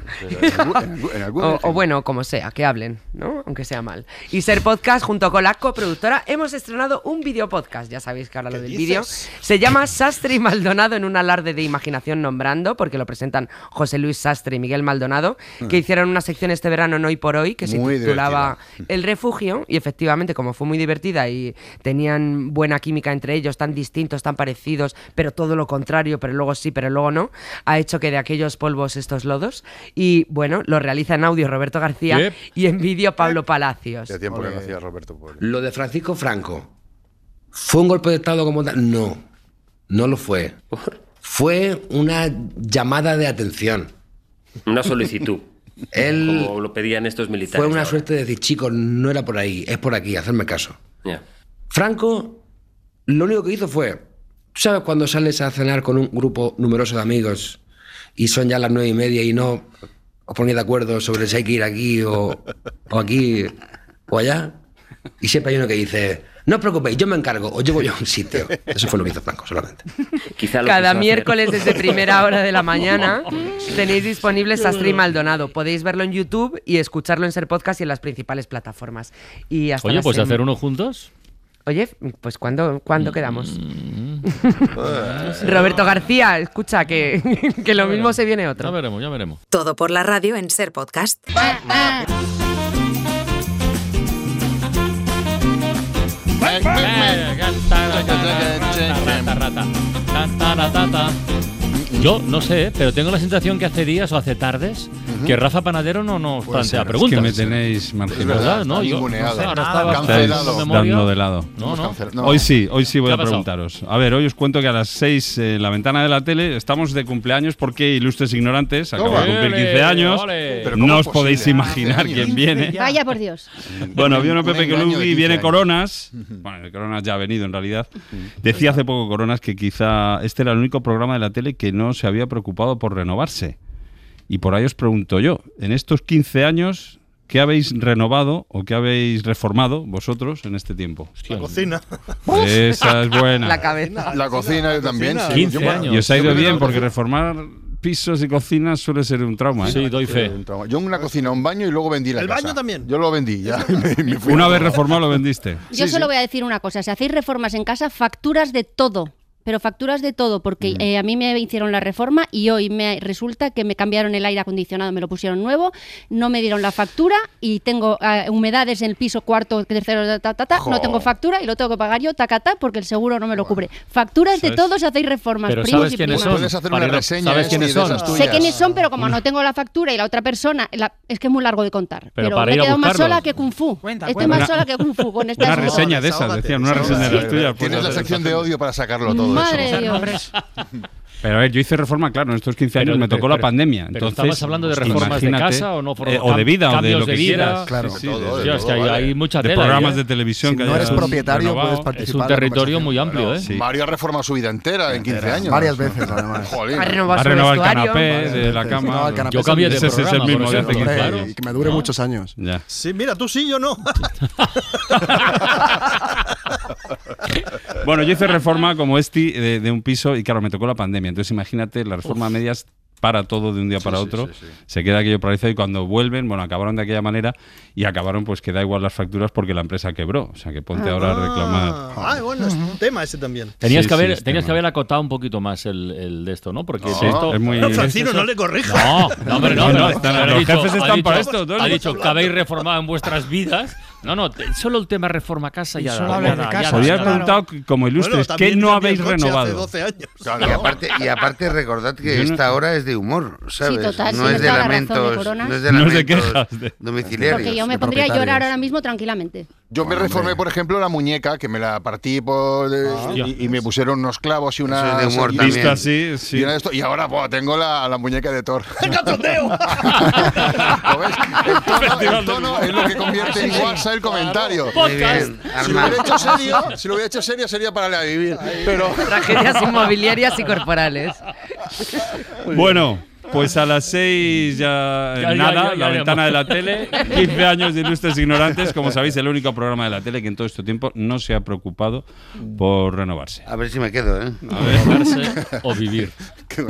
[SPEAKER 8] en algún-
[SPEAKER 12] O, o bueno, como sea, que hablen, ¿no? Aunque sea mal. Y Ser Podcast, junto con la coproductora, hemos estrenado un video podcast. Ya sabéis que ahora lo del vídeo.
[SPEAKER 28] dices?
[SPEAKER 12] Se llama Sastre y Maldonado en un alarde de imaginación nombrando, porque lo presentan José Luis Sastre y Miguel Maldonado, que
[SPEAKER 28] Mm.
[SPEAKER 12] hicieron una sección este verano en Hoy por Hoy que se
[SPEAKER 28] Muy
[SPEAKER 12] titulaba El Refugio. Y efectivamente, como fue muy divertida y tenían buena química entre ellos, tan distintos, tan parecidos, pero todo lo contrario, pero luego sí, pero luego no, ha hecho que de aquellos polvos estos lodos. Y bueno, lo realiza en audio Roberto García
[SPEAKER 25] Yep.
[SPEAKER 12] y en vídeo Pablo Palacios.
[SPEAKER 8] Hace tiempo que no hacía Roberto Pueblo.
[SPEAKER 25] Lo de Francisco Franco, ¿fue un golpe de Estado como tal? No, no lo fue. Fue una llamada de atención.
[SPEAKER 13] Una solicitud.
[SPEAKER 25] Él
[SPEAKER 13] como lo pedían estos militares.
[SPEAKER 25] fue una
[SPEAKER 13] ahora.
[SPEAKER 25] suerte de decir, chicos, no era por ahí, es por aquí, hacerme caso.
[SPEAKER 13] Ya.
[SPEAKER 25] Franco lo único que hizo fue, tú sabes cuando sales a cenar con un grupo numeroso de amigos y son ya las nueve y media y no os ponéis de acuerdo sobre si hay que ir aquí o, o aquí o allá, y siempre hay uno que dice, no os preocupéis, yo me encargo, os llevo yo a un sitio. Eso fue lo que hizo Franco solamente.
[SPEAKER 12] Cada miércoles desde primera hora de la mañana tenéis disponible Sastre y Maldonado. Podéis verlo en YouTube y escucharlo en Ser Podcast y en las principales plataformas. Y hasta
[SPEAKER 11] Oye,
[SPEAKER 12] la
[SPEAKER 11] pues
[SPEAKER 12] sem-
[SPEAKER 11] hacer Mm, uno juntos.
[SPEAKER 12] Oye, pues ¿cuándo, ¿cuándo quedamos? Roberto García, escucha que, que lo mismo se viene otro.
[SPEAKER 11] Ya veremos, ya veremos.
[SPEAKER 28] Todo por la radio en Ser Podcast.
[SPEAKER 11] Yo no sé, eh, pero tengo la sensación que hace días o hace tardes que Rafa Panadero no nos
[SPEAKER 10] Puede
[SPEAKER 11] plantea
[SPEAKER 10] ser, es
[SPEAKER 11] preguntas.
[SPEAKER 10] que me tenéis
[SPEAKER 11] Es
[SPEAKER 10] marginado.
[SPEAKER 11] verdad, ¿no?
[SPEAKER 10] Está
[SPEAKER 11] Yo, no
[SPEAKER 10] ninguneado.
[SPEAKER 11] sé, ahora
[SPEAKER 10] Nada,
[SPEAKER 11] estaba
[SPEAKER 10] cancelado.
[SPEAKER 11] haciendo memoria.
[SPEAKER 10] Ah, Dando de lado.
[SPEAKER 11] No, no.
[SPEAKER 10] Hoy sí, hoy sí voy
[SPEAKER 11] ¿Qué
[SPEAKER 10] a
[SPEAKER 11] ha pasado?
[SPEAKER 10] preguntaros. A ver, hoy os cuento que a las 6 en la ventana de la tele estamos de cumpleaños porque Ilustres Ignorantes acaba de
[SPEAKER 29] Toma.
[SPEAKER 10] cumplir
[SPEAKER 29] Ole,
[SPEAKER 10] 15 años.
[SPEAKER 29] ole.
[SPEAKER 10] Pero
[SPEAKER 29] Pero
[SPEAKER 10] no
[SPEAKER 29] ¿cómo
[SPEAKER 10] os
[SPEAKER 29] es
[SPEAKER 10] podéis
[SPEAKER 29] posible?
[SPEAKER 10] imaginar quién
[SPEAKER 11] ¿eh?
[SPEAKER 10] viene.
[SPEAKER 29] Vaya por Dios.
[SPEAKER 10] Bueno, había una
[SPEAKER 29] Un
[SPEAKER 10] Pepe que
[SPEAKER 29] engaño de
[SPEAKER 10] Lugi,
[SPEAKER 29] 15
[SPEAKER 10] viene
[SPEAKER 29] años.
[SPEAKER 10] Coronas. Bueno, el Coronas ya ha venido en realidad. Decía hace poco Coronas que quizá este era el único programa de la tele que no se había preocupado por renovarse. Y por ahí os pregunto yo, en estos 15 años, ¿qué habéis renovado o qué habéis reformado vosotros en este tiempo? Pues
[SPEAKER 5] La cocina.
[SPEAKER 10] Esa es buena.
[SPEAKER 8] La cabeza. La cocina yo también. sí. Yo, bueno,
[SPEAKER 10] Y os ha
[SPEAKER 8] yo
[SPEAKER 10] ido
[SPEAKER 8] me
[SPEAKER 10] bien
[SPEAKER 8] quedo-
[SPEAKER 10] porque reformar pisos y cocinas suele ser un trauma. ¿eh?
[SPEAKER 8] Un trauma. Yo en una cocina, un baño y luego vendí la
[SPEAKER 10] ¿El
[SPEAKER 8] casa.
[SPEAKER 10] baño
[SPEAKER 8] también? Yo lo vendí, ya. Me- me fui
[SPEAKER 10] Una
[SPEAKER 8] a-
[SPEAKER 10] vez reformado lo vendiste.
[SPEAKER 4] Yo solo voy a decir una cosa, si hacéis reformas en casa, facturas de todo. Pero facturas de todo,
[SPEAKER 11] Mm.
[SPEAKER 4] porque eh, a mí me hicieron la reforma y hoy me resulta que me cambiaron el aire acondicionado, me lo pusieron nuevo, no me dieron la factura y tengo eh, humedades en el piso cuarto, tercero, ta, ta, ta, ta,
[SPEAKER 11] Jo.
[SPEAKER 4] no tengo factura y lo tengo que pagar yo, tacata, porque el seguro no me lo cubre. Facturas de
[SPEAKER 11] ¿Sabes?
[SPEAKER 4] todo si hacéis reformas,
[SPEAKER 11] Pero
[SPEAKER 4] primos
[SPEAKER 11] ¿sabes
[SPEAKER 4] y
[SPEAKER 11] quiénes
[SPEAKER 4] primas.
[SPEAKER 11] son? Para ir a- ¿Sabes quiénes son?
[SPEAKER 4] Sé quiénes son, pero
[SPEAKER 3] Mm.
[SPEAKER 4] como no tengo la factura y la otra persona, la- es que es muy largo de contar.
[SPEAKER 10] Pero
[SPEAKER 4] Pero,
[SPEAKER 10] para
[SPEAKER 4] me he
[SPEAKER 10] ir a
[SPEAKER 4] quedado más
[SPEAKER 10] buscarlos.
[SPEAKER 4] sola que Kung Fu. Estoy
[SPEAKER 10] cuenta.
[SPEAKER 4] más sola que Kung Fu con estas
[SPEAKER 10] Una
[SPEAKER 4] cosas.
[SPEAKER 10] reseña de esas,
[SPEAKER 8] Desahógate,
[SPEAKER 10] decían, una reseña de las
[SPEAKER 8] desahógate.
[SPEAKER 10] tuyas. pues,
[SPEAKER 8] Tienes la sección de odio para sacarlo todo.
[SPEAKER 4] Madre
[SPEAKER 8] eso.
[SPEAKER 4] de Dios.
[SPEAKER 10] Pero a ver, yo hice reforma, claro, en estos 15 años
[SPEAKER 11] Pero-
[SPEAKER 10] me tocó la
[SPEAKER 11] pero-
[SPEAKER 10] pandemia.
[SPEAKER 11] pero
[SPEAKER 10] entonces,
[SPEAKER 11] estabas hablando de
[SPEAKER 10] hostia,
[SPEAKER 11] reformas de
[SPEAKER 10] imagínate,
[SPEAKER 11] casa o no, por-
[SPEAKER 10] eh, o de vida, o de
[SPEAKER 11] cambios
[SPEAKER 10] lo que
[SPEAKER 11] de vida,
[SPEAKER 10] quieras.
[SPEAKER 11] claro.
[SPEAKER 10] Sí, sí,
[SPEAKER 11] Todo,
[SPEAKER 10] de-
[SPEAKER 11] todo,
[SPEAKER 10] de-
[SPEAKER 11] es que hay- hay mucha
[SPEAKER 10] De
[SPEAKER 11] tela ahí,
[SPEAKER 10] programas
[SPEAKER 11] ¿eh?
[SPEAKER 10] de televisión
[SPEAKER 11] Si
[SPEAKER 10] que
[SPEAKER 11] no
[SPEAKER 10] hayas
[SPEAKER 11] eres propietario,
[SPEAKER 10] renovado.
[SPEAKER 11] puedes participar Es un en la territorio muy amplio,
[SPEAKER 8] Bueno,
[SPEAKER 11] ¿eh? Sí.
[SPEAKER 8] Mario ha reformado su vida entera en 15 años.
[SPEAKER 9] Varias veces, además.
[SPEAKER 8] Jolín.
[SPEAKER 9] Ha renovado
[SPEAKER 10] Ha renovado el
[SPEAKER 9] Eh,
[SPEAKER 10] canapé, de la cama.
[SPEAKER 9] Yo cambié de
[SPEAKER 10] Ese es el
[SPEAKER 9] programa,
[SPEAKER 10] mismo
[SPEAKER 9] por
[SPEAKER 10] de hace
[SPEAKER 9] cierto,
[SPEAKER 10] 15
[SPEAKER 9] hombre,
[SPEAKER 10] años.
[SPEAKER 9] y que me dure
[SPEAKER 10] No.
[SPEAKER 9] muchos años.
[SPEAKER 10] Ya.
[SPEAKER 5] Sí, mira, tú sí, yo no.
[SPEAKER 10] Bueno, yo hice reforma como este de, de un piso y claro, me tocó la pandemia. Entonces imagínate, la reforma a medias para todo de un día para otro. Se queda aquello paralizado y cuando vuelven, bueno, acabaron de aquella manera y acabaron pues que da igual las facturas porque la empresa quebró. O sea, que ponte ahora a reclamar.
[SPEAKER 5] Ah, bueno, es un tema ese también.
[SPEAKER 11] Tenías,
[SPEAKER 10] Sí,
[SPEAKER 11] que,
[SPEAKER 10] sí,
[SPEAKER 11] haber,
[SPEAKER 10] es
[SPEAKER 11] tenías
[SPEAKER 10] tema.
[SPEAKER 11] que haber acotado un poquito más el, el de esto, ¿no? Porque
[SPEAKER 10] Sí,
[SPEAKER 11] de esto.
[SPEAKER 10] es muy- No, Francino,
[SPEAKER 11] es eso.
[SPEAKER 10] no le corrijas.
[SPEAKER 11] No, no, hombre, no.
[SPEAKER 10] No, no,
[SPEAKER 11] pero-
[SPEAKER 10] están-
[SPEAKER 11] pero ha
[SPEAKER 10] los
[SPEAKER 11] dicho-
[SPEAKER 10] jefes
[SPEAKER 11] ha
[SPEAKER 10] están
[SPEAKER 11] dicho-
[SPEAKER 10] para esto, todos
[SPEAKER 11] Ha
[SPEAKER 10] estamos
[SPEAKER 11] dicho que habéis reformado en vuestras vidas. No, no, te- solo el tema reforma casa
[SPEAKER 10] Y
[SPEAKER 11] ya.
[SPEAKER 10] solo
[SPEAKER 11] da,
[SPEAKER 10] hablar
[SPEAKER 11] ya
[SPEAKER 10] de
[SPEAKER 11] da,
[SPEAKER 10] casa,
[SPEAKER 11] ya da,
[SPEAKER 10] Os habías
[SPEAKER 11] ya da.
[SPEAKER 10] preguntado como ilustres, Bueno, ¿qué también no cambié habéis el coche hace renovado? 12
[SPEAKER 5] años.
[SPEAKER 6] Y aparte, y aparte recordad que
[SPEAKER 10] Yo no-
[SPEAKER 6] esta hora es de humor, ¿sabes?
[SPEAKER 4] total,
[SPEAKER 6] no,
[SPEAKER 4] tienes
[SPEAKER 6] es de
[SPEAKER 4] toda la razón, de
[SPEAKER 6] lamentos,
[SPEAKER 4] Corona.
[SPEAKER 6] no es de
[SPEAKER 10] No es de
[SPEAKER 6] lamentos
[SPEAKER 10] quejas, de-
[SPEAKER 6] domiciliarios.
[SPEAKER 4] Porque yo me pondría a llorar ahora mismo tranquilamente.
[SPEAKER 8] Yo me reformé, por ejemplo, la muñeca, que me la partí por, de- y, y me pusieron unos clavos y una...
[SPEAKER 6] Eso es de humor
[SPEAKER 8] y,
[SPEAKER 6] también. Visto
[SPEAKER 10] así,
[SPEAKER 8] y una de esto- y ahora buah, tengo la, la muñeca de Thor. El tono es lo que convierte en WhatsApp el comentario.
[SPEAKER 6] Muy bien,
[SPEAKER 8] Si lo hubiera
[SPEAKER 6] Armando.
[SPEAKER 8] hecho serio, si lo hubiera hecho serio sería para la vivir. Pero...
[SPEAKER 12] Tragedias inmobiliarias y corporales.
[SPEAKER 10] Bueno, pues a las 6 ya, eh,
[SPEAKER 11] Ya, ya, ya,
[SPEAKER 10] nada,
[SPEAKER 11] ya
[SPEAKER 10] la
[SPEAKER 11] haremos.
[SPEAKER 10] ventana de la tele, 15 años de ilustres ignorantes, como sabéis, el único programa de la tele que en todo este tiempo no se ha preocupado por renovarse.
[SPEAKER 6] A ver si me quedo, ¿eh?
[SPEAKER 10] A ver.
[SPEAKER 11] Renovarse o vivir. Pues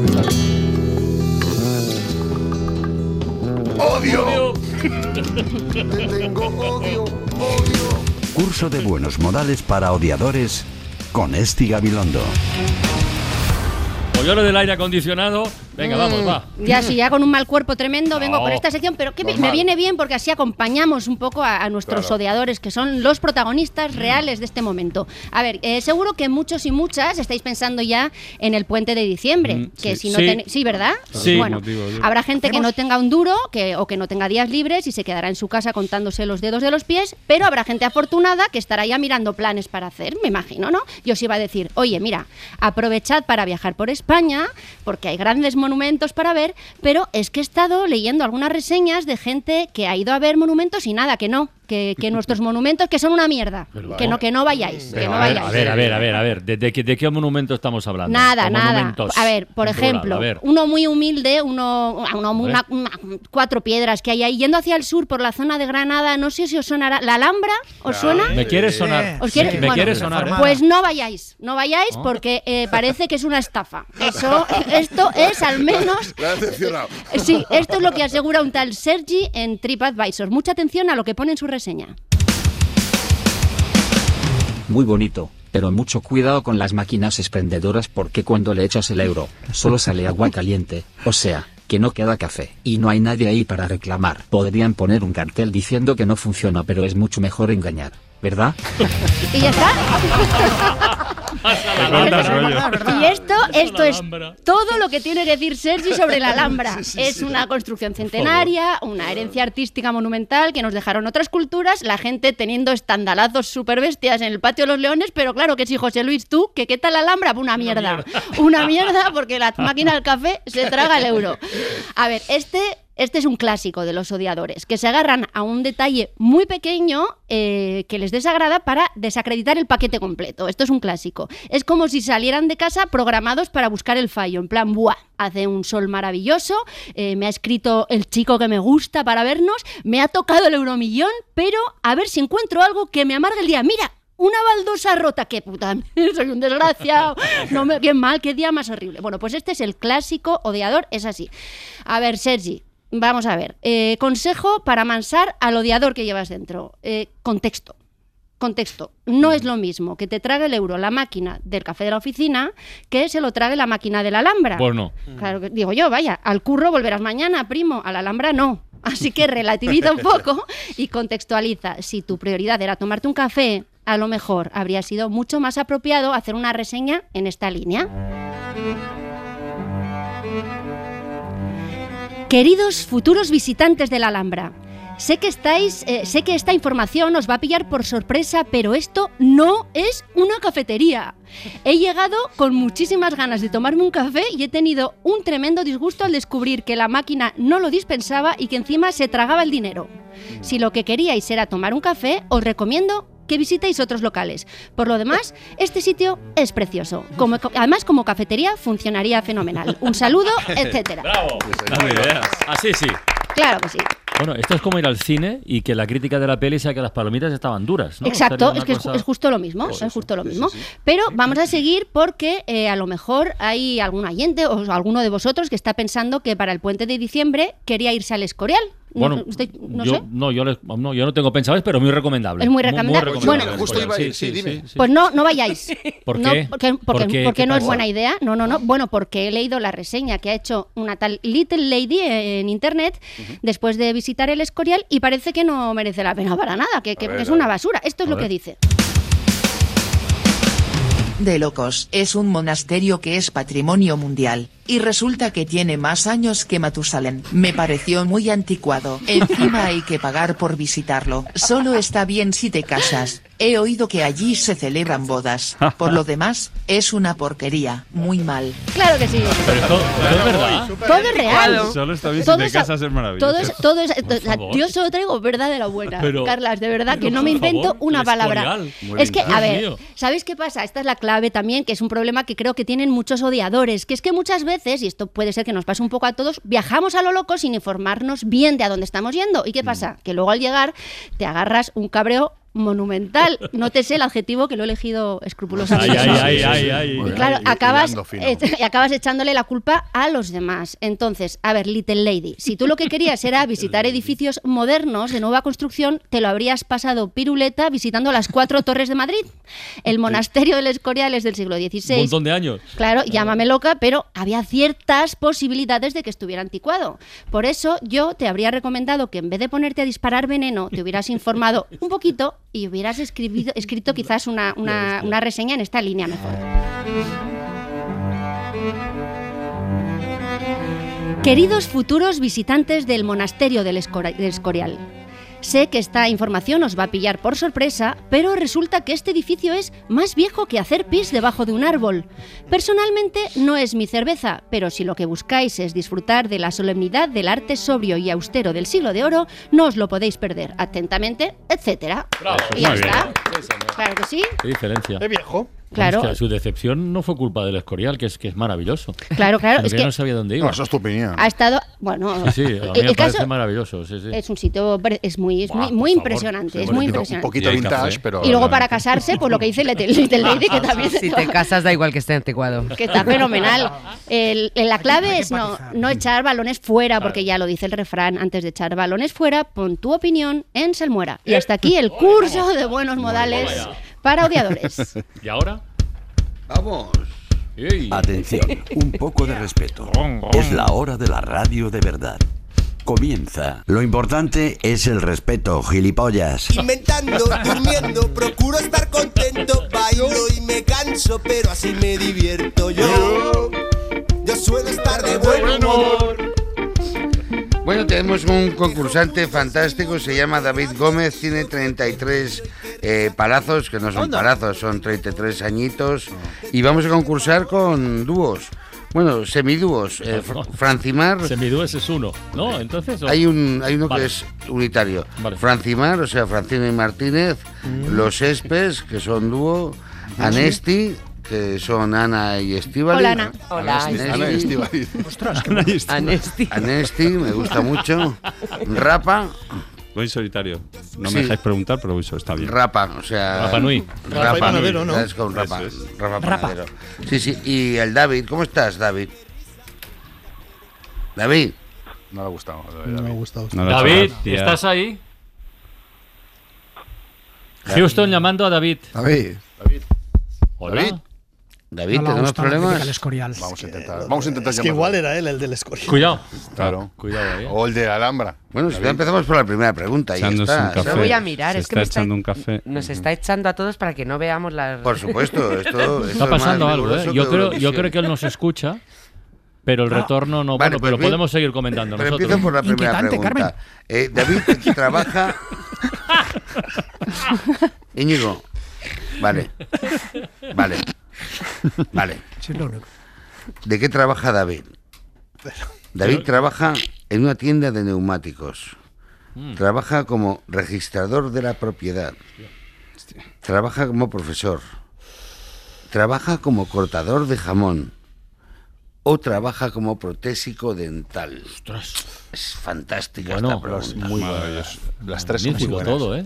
[SPEAKER 3] ¡Odio!
[SPEAKER 8] tengo odio.
[SPEAKER 14] Curso de buenos modales para odiadores con Esti Gabilondo.
[SPEAKER 11] O yo lo del aire acondicionado. Venga, vamos,
[SPEAKER 4] Mm.
[SPEAKER 11] va.
[SPEAKER 4] Ya, si ya con un mal cuerpo tremendo vengo
[SPEAKER 11] No.
[SPEAKER 4] con esta sección, pero que me,
[SPEAKER 11] Normal.
[SPEAKER 4] me viene bien porque así acompañamos un poco a, a nuestros
[SPEAKER 15] Claro.
[SPEAKER 4] odiadores, que son los protagonistas reales de este momento. A ver, eh, seguro que muchos y muchas estáis pensando ya en el puente de diciembre,
[SPEAKER 15] Mm,
[SPEAKER 4] que
[SPEAKER 15] sí.
[SPEAKER 4] si no
[SPEAKER 15] Sí.
[SPEAKER 4] ten- sí, ¿verdad?
[SPEAKER 15] Sí.
[SPEAKER 4] Bueno,
[SPEAKER 15] Motivo, sí.
[SPEAKER 4] habrá gente que no tenga un duro que, o que no tenga días libres y se quedará en su casa contándose los dedos de los pies, pero habrá gente afortunada que estará ya mirando planes para hacer, me imagino, ¿no? Yo os iba a decir, oye, mira, aprovechad para viajar por España, porque hay grandes monumentos para ver, pero es que he estado leyendo algunas reseñas de gente que ha ido a ver monumentos y nada, que no, que, que nuestros monumentos que son una mierda, que no, que no vayáis, que
[SPEAKER 11] Pero
[SPEAKER 4] no
[SPEAKER 11] a, ver,
[SPEAKER 4] vayáis.
[SPEAKER 11] a ver, a ver, a ver, a ver, ¿De, de qué, de qué monumento estamos hablando?
[SPEAKER 4] Nada,
[SPEAKER 11] O
[SPEAKER 4] nada.
[SPEAKER 11] monumentos.
[SPEAKER 4] A ver, por
[SPEAKER 11] En plural,
[SPEAKER 4] ejemplo,
[SPEAKER 11] a ver.
[SPEAKER 4] uno muy humilde, uno, ah, uno-
[SPEAKER 11] ver.
[SPEAKER 4] una- una- cuatro piedras que hay ahí, yendo hacia el sur por la zona de Granada, no sé si os sonará, ¿la Alhambra? ¿Os suena?
[SPEAKER 11] Me quiere sonar.
[SPEAKER 4] ¿Os quiere-
[SPEAKER 11] Me
[SPEAKER 4] bueno,
[SPEAKER 11] quiere sonar. ¿eh?
[SPEAKER 4] Pues no vayáis, no vayáis
[SPEAKER 11] Ah.
[SPEAKER 4] porque eh, parece que es una estafa. Eso, esto es al menos
[SPEAKER 8] La has decepcionado.
[SPEAKER 4] Sí, esto es lo que asegura un tal Sergi en TripAdvisor. Mucha atención a lo que pone en su reseña.
[SPEAKER 17] Muy bonito, pero mucho cuidado con las máquinas expendedoras porque cuando le echas el euro, solo sale agua caliente, o sea, que no queda café. Y no hay nadie ahí para reclamar. Podrían poner un cartel diciendo que no funciona, pero es mucho mejor engañar, ¿verdad?
[SPEAKER 4] Y ya está.
[SPEAKER 10] Te cortas, rollo.
[SPEAKER 4] Y esto, esto es todo lo que tiene que decir Sergi sobre la Alhambra. es una construcción centenaria, una herencia artística monumental que nos dejaron otras culturas, la gente teniendo estandalazos super bestias en el patio de los leones, pero claro que si José Luis, tú, que qué tal la Alhambra, una mierda. Una mierda porque la máquina del café se traga el euro. A ver, este, este es un clásico de los odiadores, que se agarran a un detalle muy pequeño eh, que les desagrada para desacreditar el paquete completo. Esto es un clásico. Es como si salieran de casa programados para buscar el fallo, en plan, ¡buah! Hace un sol maravilloso, eh, me ha escrito el chico que me gusta para vernos, me ha tocado el euromillón, pero a ver si encuentro algo que me amargue el día. ¡Mira! una baldosa rota, qué puta, soy un desgraciado, no me, qué mal, qué día más horrible. Bueno, pues este es el clásico odiador, es así. A ver, Sergi, vamos a ver, eh, consejo para mansar al odiador que llevas dentro, Eh, contexto. Contexto, no es lo mismo que te trague el euro la máquina del café de la oficina que se lo trague la máquina de la Alhambra.
[SPEAKER 11] Pues no.
[SPEAKER 4] Claro que digo yo, vaya, al curro volverás mañana, primo, a la Alhambra no. Así que relativiza un poco y contextualiza. Si tu prioridad era tomarte un café, a lo mejor habría sido mucho más apropiado hacer una reseña en esta línea. Queridos futuros visitantes de la Alhambra, sé que estáis, eh, sé que esta información os va a pillar por sorpresa, pero esto no es una cafetería. He llegado con muchísimas ganas de tomarme un café y he tenido un tremendo disgusto al descubrir que la máquina no lo dispensaba y que encima se tragaba el dinero. Si lo que queríais era tomar un café, os recomiendo que visitéis otros locales. Por lo demás, este sitio es precioso. Como, además, como cafetería funcionaría fenomenal. Un saludo, etcétera.
[SPEAKER 11] Bravo. Buena idea. Así Ah, sí.
[SPEAKER 4] Claro que sí.
[SPEAKER 11] Bueno, esto es como ir al cine y que la crítica de la peli sea que las palomitas estaban duras, ¿no? Sería
[SPEAKER 4] Exacto,
[SPEAKER 11] una
[SPEAKER 4] es que es,
[SPEAKER 11] cosa-
[SPEAKER 4] ju- es justo lo mismo,
[SPEAKER 11] Pues
[SPEAKER 4] es justo lo mismo. Pero vamos a seguir porque eh, a lo mejor hay algún oyente o alguno de vosotros que está pensando que para el puente de diciembre quería irse al Escorial. No
[SPEAKER 11] Bueno,
[SPEAKER 4] sé, usted- no
[SPEAKER 11] yo,
[SPEAKER 4] sé.
[SPEAKER 11] no, yo les- no, yo no tengo pensado, pero muy recomendable.
[SPEAKER 4] Es muy recomendable. Bueno,
[SPEAKER 11] Justo iba a ir, sí, dime.
[SPEAKER 4] Pues no, no vayáis.
[SPEAKER 11] ¿Por
[SPEAKER 4] No,
[SPEAKER 11] qué?
[SPEAKER 4] porque
[SPEAKER 11] ¿Por
[SPEAKER 4] porque-
[SPEAKER 11] qué?
[SPEAKER 4] porque
[SPEAKER 11] ¿Qué
[SPEAKER 4] no es
[SPEAKER 11] pasa? Ah.
[SPEAKER 4] buena idea. No, no, no. Bueno, porque he leído la reseña que ha hecho una tal Little Lady en internet después de visitar el Escorial y parece que no merece la pena para nada, que, que
[SPEAKER 22] A ver,
[SPEAKER 4] es
[SPEAKER 22] a
[SPEAKER 4] una
[SPEAKER 22] ver.
[SPEAKER 4] basura. Esto es
[SPEAKER 22] A
[SPEAKER 4] lo
[SPEAKER 22] ver.
[SPEAKER 4] que dice.
[SPEAKER 22] De Locos es un monasterio que es patrimonio mundial, y resulta que tiene más años que Matusalén. Me pareció muy anticuado. Encima hay que pagar por visitarlo. Solo está bien si te casas. He oído que allí se celebran bodas. Por lo demás, es una porquería. Muy mal.
[SPEAKER 4] Claro que sí.
[SPEAKER 10] Pero esto, esto es verdad.
[SPEAKER 4] Todo es real.
[SPEAKER 10] Solo está bien si
[SPEAKER 4] Todo
[SPEAKER 10] te
[SPEAKER 4] es-
[SPEAKER 10] casas es maravilloso.
[SPEAKER 4] Todo es, todo es- o sea,
[SPEAKER 10] favor.
[SPEAKER 4] yo solo traigo verdad de la buena,
[SPEAKER 10] Pero-
[SPEAKER 4] Carlas, de verdad, que
[SPEAKER 10] pero,
[SPEAKER 4] no me
[SPEAKER 10] por favor,
[SPEAKER 4] invento una
[SPEAKER 10] el
[SPEAKER 4] palabra.
[SPEAKER 10] Escorial. Muy
[SPEAKER 4] Es que,
[SPEAKER 10] bien,
[SPEAKER 4] a
[SPEAKER 10] Dios
[SPEAKER 4] ver,
[SPEAKER 10] mío.
[SPEAKER 4] ¿sabéis qué pasa? Esta es la clave también, que es un problema que creo que tienen muchos odiadores, que es que muchas veces, y esto puede ser que nos pase un poco a todos, viajamos a lo loco sin informarnos bien de a dónde estamos yendo. ¿Y
[SPEAKER 10] Mm.
[SPEAKER 4] qué pasa? Que luego al llegar te agarras un cabreo monumental. No te sé el adjetivo que lo he elegido escrupulosamente.
[SPEAKER 11] Ay, ay, ay, ay, ay.
[SPEAKER 4] Y claro, acabas, eh, y acabas echándole la culpa a los demás. Entonces, a ver, Little Lady, si tú lo que querías era visitar edificios modernos de nueva construcción, te lo habrías pasado piruleta visitando las cuatro torres de Madrid. El monasterio del Escorial es del siglo
[SPEAKER 11] Un
[SPEAKER 4] XVI.
[SPEAKER 11] montón de años.
[SPEAKER 4] Claro, llámame loca, pero había ciertas posibilidades de que estuviera anticuado. Por eso yo te habría recomendado que en vez de ponerte a disparar veneno, te hubieras informado un poquito y hubieras escribido- escrito quizás una, una- una reseña en esta línea mejor. Queridos futuros visitantes del monasterio del, Escora- del Escorial, sé que esta información os va a pillar por sorpresa, pero resulta que este edificio es más viejo que hacer pis debajo de un árbol. Personalmente no es mi cerveza, pero si lo que buscáis es disfrutar de la solemnidad del arte sobrio y austero del siglo de oro, no os lo podéis perder. Atentamente, etcétera. Y ya
[SPEAKER 11] Muy bien.
[SPEAKER 4] está. Claro que sí.
[SPEAKER 11] Qué diferencia.
[SPEAKER 5] Es viejo.
[SPEAKER 4] Claro.
[SPEAKER 11] Es que su decepción no fue culpa del Escorial, que es, que es maravilloso.
[SPEAKER 4] Claro, claro,
[SPEAKER 11] Pero
[SPEAKER 4] es
[SPEAKER 11] yo
[SPEAKER 4] que-
[SPEAKER 11] no sabía dónde iba. eso es tu opinión.
[SPEAKER 4] Ha estado, bueno,
[SPEAKER 11] Sí, sí, a mí
[SPEAKER 4] el
[SPEAKER 11] me
[SPEAKER 4] caso-
[SPEAKER 11] parece maravilloso. Sí, sí.
[SPEAKER 4] Es un sitio, pre- es muy, es
[SPEAKER 11] Buah,
[SPEAKER 4] muy,
[SPEAKER 11] por
[SPEAKER 4] muy
[SPEAKER 11] favor.
[SPEAKER 4] impresionante,
[SPEAKER 11] Sí,
[SPEAKER 4] es
[SPEAKER 11] bueno,
[SPEAKER 4] muy
[SPEAKER 11] un poquito-
[SPEAKER 4] impresionante.
[SPEAKER 11] un poquito Y hay vintage, café. pero-
[SPEAKER 4] Y luego para casarse, pues lo que dice Little, Little Lady, que también
[SPEAKER 12] Si te casas da igual que esté anticuado.
[SPEAKER 4] que está fenomenal. El- el- la clave es no, no echar balones fuera, porque ya lo dice el refrán, antes de echar balones fuera, pon tu opinión en Salmuera. Y hasta aquí el curso de buenos modales para odiadores.
[SPEAKER 11] ¿Y ahora?
[SPEAKER 6] Vamos.
[SPEAKER 14] Atención, un poco de respeto. Es la hora de la radio de verdad. Comienza. Lo importante es el respeto, gilipollas.
[SPEAKER 15] Inventando, durmiendo, procuro estar contento, bailo y me canso, pero así me divierto yo. Yo suelo estar de buen humor.
[SPEAKER 6] Bueno, tenemos un concursante fantástico, se llama David Gómez, tiene 33 eh, palazos, que no son palazos, son 33 añitos, y vamos a concursar con dúos, bueno, semidúos, eh, Fr- Francimar...
[SPEAKER 11] Semidúos es uno, ¿no? Entonces... ¿o?
[SPEAKER 6] Hay, un, hay uno
[SPEAKER 11] Vale.
[SPEAKER 6] que es unitario, Francimar, o sea, Francina y Martínez,
[SPEAKER 8] Mm.
[SPEAKER 6] Los Espes, que son dúo, Anesti, que son Ana y Estíbal.
[SPEAKER 4] Hola, Ana. Hola,
[SPEAKER 8] Ana y Estíbaliz.
[SPEAKER 6] Anesti. me gusta mucho. Rapa.
[SPEAKER 10] Voy solitario. No me dejáis preguntar, pero eso está bien.
[SPEAKER 6] Rapa, o sea.
[SPEAKER 10] Rapa Nui.
[SPEAKER 6] Rapa,
[SPEAKER 10] Rapa y
[SPEAKER 6] Nui,
[SPEAKER 10] Panadero, ¿no?
[SPEAKER 6] es con Rapa,
[SPEAKER 10] Eso es.
[SPEAKER 6] Rapa
[SPEAKER 10] Rapa.
[SPEAKER 6] Panadero. Sí, sí. Y el David, ¿cómo estás, David? David.
[SPEAKER 8] No le ha gustado.
[SPEAKER 5] No me ha gustado.
[SPEAKER 10] No le ha
[SPEAKER 11] David,
[SPEAKER 10] hecho gracia.
[SPEAKER 11] ¿estás ahí? Houston llamando a David.
[SPEAKER 9] David.
[SPEAKER 11] Hola.
[SPEAKER 6] David. David,
[SPEAKER 11] No le ha
[SPEAKER 6] ¿tenemos
[SPEAKER 11] gustado la
[SPEAKER 6] problemas?
[SPEAKER 11] crítica al Escorial.
[SPEAKER 8] Vamos a intentar. Vamos a intentar
[SPEAKER 5] Es que
[SPEAKER 8] llamarlo.
[SPEAKER 5] igual era él el del Escorial.
[SPEAKER 6] Claro.
[SPEAKER 11] Cuidado eh. ahí.
[SPEAKER 8] O el de la Alhambra.
[SPEAKER 6] Bueno, si ya empezamos por la primera pregunta. y ya
[SPEAKER 10] Echándose
[SPEAKER 6] está,
[SPEAKER 10] un café.
[SPEAKER 6] ¿sabes?
[SPEAKER 26] Voy a mirar,
[SPEAKER 10] Se
[SPEAKER 26] es que
[SPEAKER 10] está
[SPEAKER 26] me está-
[SPEAKER 10] echando un café.
[SPEAKER 26] Nos está echando a todos para que no veamos las.
[SPEAKER 6] Por supuesto, esto,
[SPEAKER 11] Está pasando algo, ¿eh? Yo creo, yo creo que él nos escucha, pero el
[SPEAKER 6] Ah.
[SPEAKER 11] retorno no.
[SPEAKER 6] Vale,
[SPEAKER 11] bueno,
[SPEAKER 6] pues
[SPEAKER 11] pero
[SPEAKER 6] bien.
[SPEAKER 11] podemos seguir comentando
[SPEAKER 6] Pero
[SPEAKER 11] nosotros.
[SPEAKER 6] empiezo por la primera pregunta. Eh, David trabaja. Íñigo. Vale. Vale. Vale. ¿De qué trabaja David? David trabaja en una tienda de neumáticos.
[SPEAKER 11] Mm.
[SPEAKER 6] Trabaja como registrador de la propiedad. Trabaja como profesor. Trabaja como cortador de jamón. O trabaja como protésico dental. Es fantástica
[SPEAKER 11] Bueno, pues,
[SPEAKER 6] esta pregunta.
[SPEAKER 8] muy
[SPEAKER 10] Maravilloso.
[SPEAKER 8] Las tres son muy
[SPEAKER 11] Magnífico
[SPEAKER 8] buenas.
[SPEAKER 11] todo, ¿eh?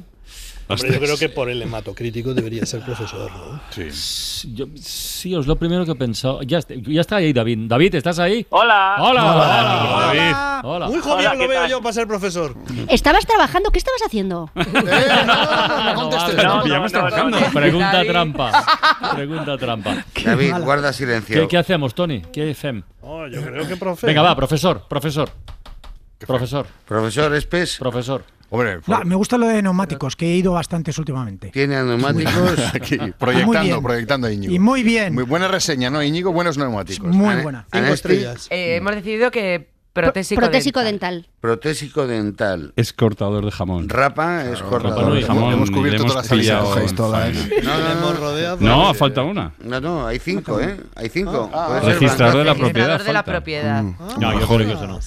[SPEAKER 5] Hombre, yo creo que por el hematocrítico debería ser profesor, ¿no?
[SPEAKER 8] Sí.
[SPEAKER 11] Yo- sí, es lo primero que he pensado. Ya, est- ya está ahí, David. David, ¿estás ahí?
[SPEAKER 23] Hola.
[SPEAKER 11] Hola,
[SPEAKER 5] Hola,
[SPEAKER 11] hola,
[SPEAKER 5] David.
[SPEAKER 11] Hola.
[SPEAKER 5] Muy joven
[SPEAKER 23] Hola,
[SPEAKER 5] lo
[SPEAKER 23] ¿qué
[SPEAKER 5] veo
[SPEAKER 23] tal?
[SPEAKER 5] yo para ser profesor.
[SPEAKER 4] ¿Estabas trabajando? ¿Qué estabas haciendo?
[SPEAKER 11] no,
[SPEAKER 10] pillamos
[SPEAKER 11] no, no,
[SPEAKER 10] trabajando.
[SPEAKER 11] no. Pregunta
[SPEAKER 10] David.
[SPEAKER 11] trampa. Pregunta trampa.
[SPEAKER 6] David, guarda silencio.
[SPEAKER 11] ¿Qué, qué hacemos, Tony? ¿Qué FEM?
[SPEAKER 5] Oh, yo creo que profe.
[SPEAKER 11] Venga, va, profesor, profesor. Profesor,
[SPEAKER 6] Profesor Espes.
[SPEAKER 11] profesor.
[SPEAKER 8] Hombre,
[SPEAKER 23] No, me gusta lo de neumáticos, que he ido bastantes últimamente.
[SPEAKER 6] tiene a neumáticos.
[SPEAKER 8] Aquí,
[SPEAKER 23] Ah, Muy
[SPEAKER 8] proyectando,
[SPEAKER 23] bien.
[SPEAKER 8] proyectando a Íñigo.
[SPEAKER 23] Y muy bien.
[SPEAKER 8] Muy buena reseña, ¿no, Íñigo? Buenos neumáticos. ¿Eh?
[SPEAKER 23] Muy
[SPEAKER 8] Ana-
[SPEAKER 23] buena.
[SPEAKER 8] Ana
[SPEAKER 6] Cinco
[SPEAKER 8] Espi,
[SPEAKER 6] estrellas.
[SPEAKER 26] Eh, hemos decidido que protésico.
[SPEAKER 4] Protésico
[SPEAKER 26] dental.
[SPEAKER 4] dental.
[SPEAKER 6] Protésico dental.
[SPEAKER 10] Es cortador de jamón.
[SPEAKER 6] Rapa es cortador.
[SPEAKER 10] Nui.
[SPEAKER 6] de
[SPEAKER 10] Jamón,
[SPEAKER 6] jamón.
[SPEAKER 8] Hemos cubierto
[SPEAKER 10] hemos
[SPEAKER 8] todas las salidas.
[SPEAKER 10] pillado
[SPEAKER 8] Cogéis
[SPEAKER 10] en
[SPEAKER 8] todas.
[SPEAKER 10] faena.
[SPEAKER 6] No, no, no,
[SPEAKER 5] Tenemos
[SPEAKER 6] no.
[SPEAKER 5] rodeado.
[SPEAKER 10] No, falta una.
[SPEAKER 6] No, no, hay cinco, ¿eh? Hay cinco. Puede ser
[SPEAKER 10] Registrador de la
[SPEAKER 6] bastante.
[SPEAKER 10] propiedad.
[SPEAKER 26] Registrador de la
[SPEAKER 10] falta.
[SPEAKER 26] propiedad.
[SPEAKER 11] Ah, Mm.
[SPEAKER 26] Ah.
[SPEAKER 11] No, yo creo que eso no.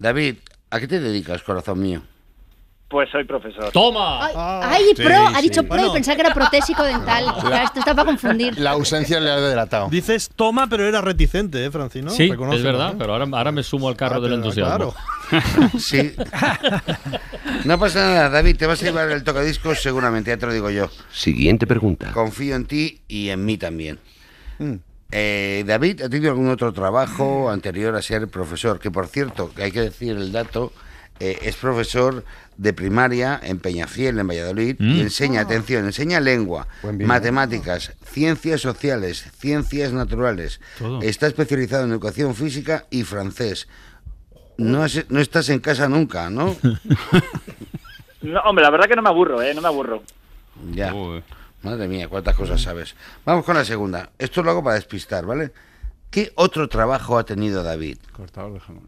[SPEAKER 6] David, ¿a qué te dedicas, corazón mío?
[SPEAKER 23] Pues soy profesor.
[SPEAKER 11] ¡Toma!
[SPEAKER 4] Ay, ay,
[SPEAKER 8] Sí,
[SPEAKER 4] pro, ha
[SPEAKER 8] sí.
[SPEAKER 4] dicho pro y
[SPEAKER 5] Bueno.
[SPEAKER 4] pensaba que era protésico dental. Claro, Esto está para confundir.
[SPEAKER 8] La ausencia le ha delatado.
[SPEAKER 5] Dices toma, pero era reticente, ¿eh, Francino?
[SPEAKER 11] Sí,
[SPEAKER 5] Reconócelo,
[SPEAKER 11] es verdad,
[SPEAKER 5] ¿eh?
[SPEAKER 11] pero ahora, ahora me sumo al carro
[SPEAKER 5] Ah,
[SPEAKER 11] del
[SPEAKER 5] pero
[SPEAKER 11] entusiasmo.
[SPEAKER 5] Claro.
[SPEAKER 6] Sí. No pasa nada, David, te vas a llevar el tocadiscos seguramente, ya te lo digo yo.
[SPEAKER 14] Siguiente pregunta.
[SPEAKER 6] Confío en ti y en mí también. Eh, David, ¿ha tenido algún otro trabajo anterior a ser profesor? Que por cierto, que hay que decir el dato, eh, es profesor de primaria en Peñafiel, en Valladolid, y enseña, atención, enseña lengua,
[SPEAKER 8] Buen bien.
[SPEAKER 6] matemáticas, ciencias sociales, ciencias naturales.
[SPEAKER 5] Oh.
[SPEAKER 11] Todo.
[SPEAKER 8] Eh,
[SPEAKER 6] Está especializado en educación física y francés. No, has- no estás en casa nunca, ¿no?
[SPEAKER 23] No, hombre, la verdad que no me aburro, ¿eh? No me aburro.
[SPEAKER 6] ya.
[SPEAKER 10] Joder.
[SPEAKER 6] Madre mía, cuántas cosas sabes. Vamos con la segunda. Esto lo hago para despistar, ¿vale? ¿Qué otro trabajo ha tenido David?
[SPEAKER 10] Cortador de jamón.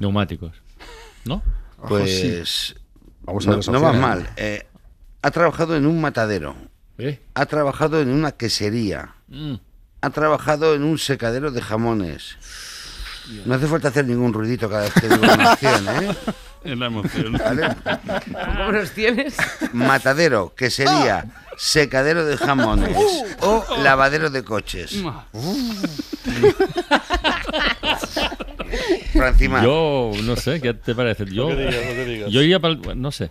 [SPEAKER 11] Neumáticos. ¿No?
[SPEAKER 5] Ah,
[SPEAKER 6] Pues
[SPEAKER 8] Vamos a
[SPEAKER 6] no,
[SPEAKER 8] ver las
[SPEAKER 6] no va
[SPEAKER 8] opciones.
[SPEAKER 6] mal. Eh, ha trabajado en un matadero,
[SPEAKER 11] ¿Eh?
[SPEAKER 6] ha trabajado en una quesería,
[SPEAKER 11] Mm.
[SPEAKER 6] ha trabajado en un secadero de jamones. No hace falta hacer ningún ruidito cada vez que digo una opción, ¿eh?
[SPEAKER 10] Es la emoción.
[SPEAKER 6] ¿Vale?
[SPEAKER 26] ¿Cómo los tienes?
[SPEAKER 6] Matadero, quesería,
[SPEAKER 10] Ah.
[SPEAKER 6] secadero de jamones
[SPEAKER 10] Uh.
[SPEAKER 6] o lavadero de coches. Francima,
[SPEAKER 11] Yo no sé, ¿qué te parece? Yo,
[SPEAKER 5] que digas, lo que digas.
[SPEAKER 11] yo iría para el, no sé.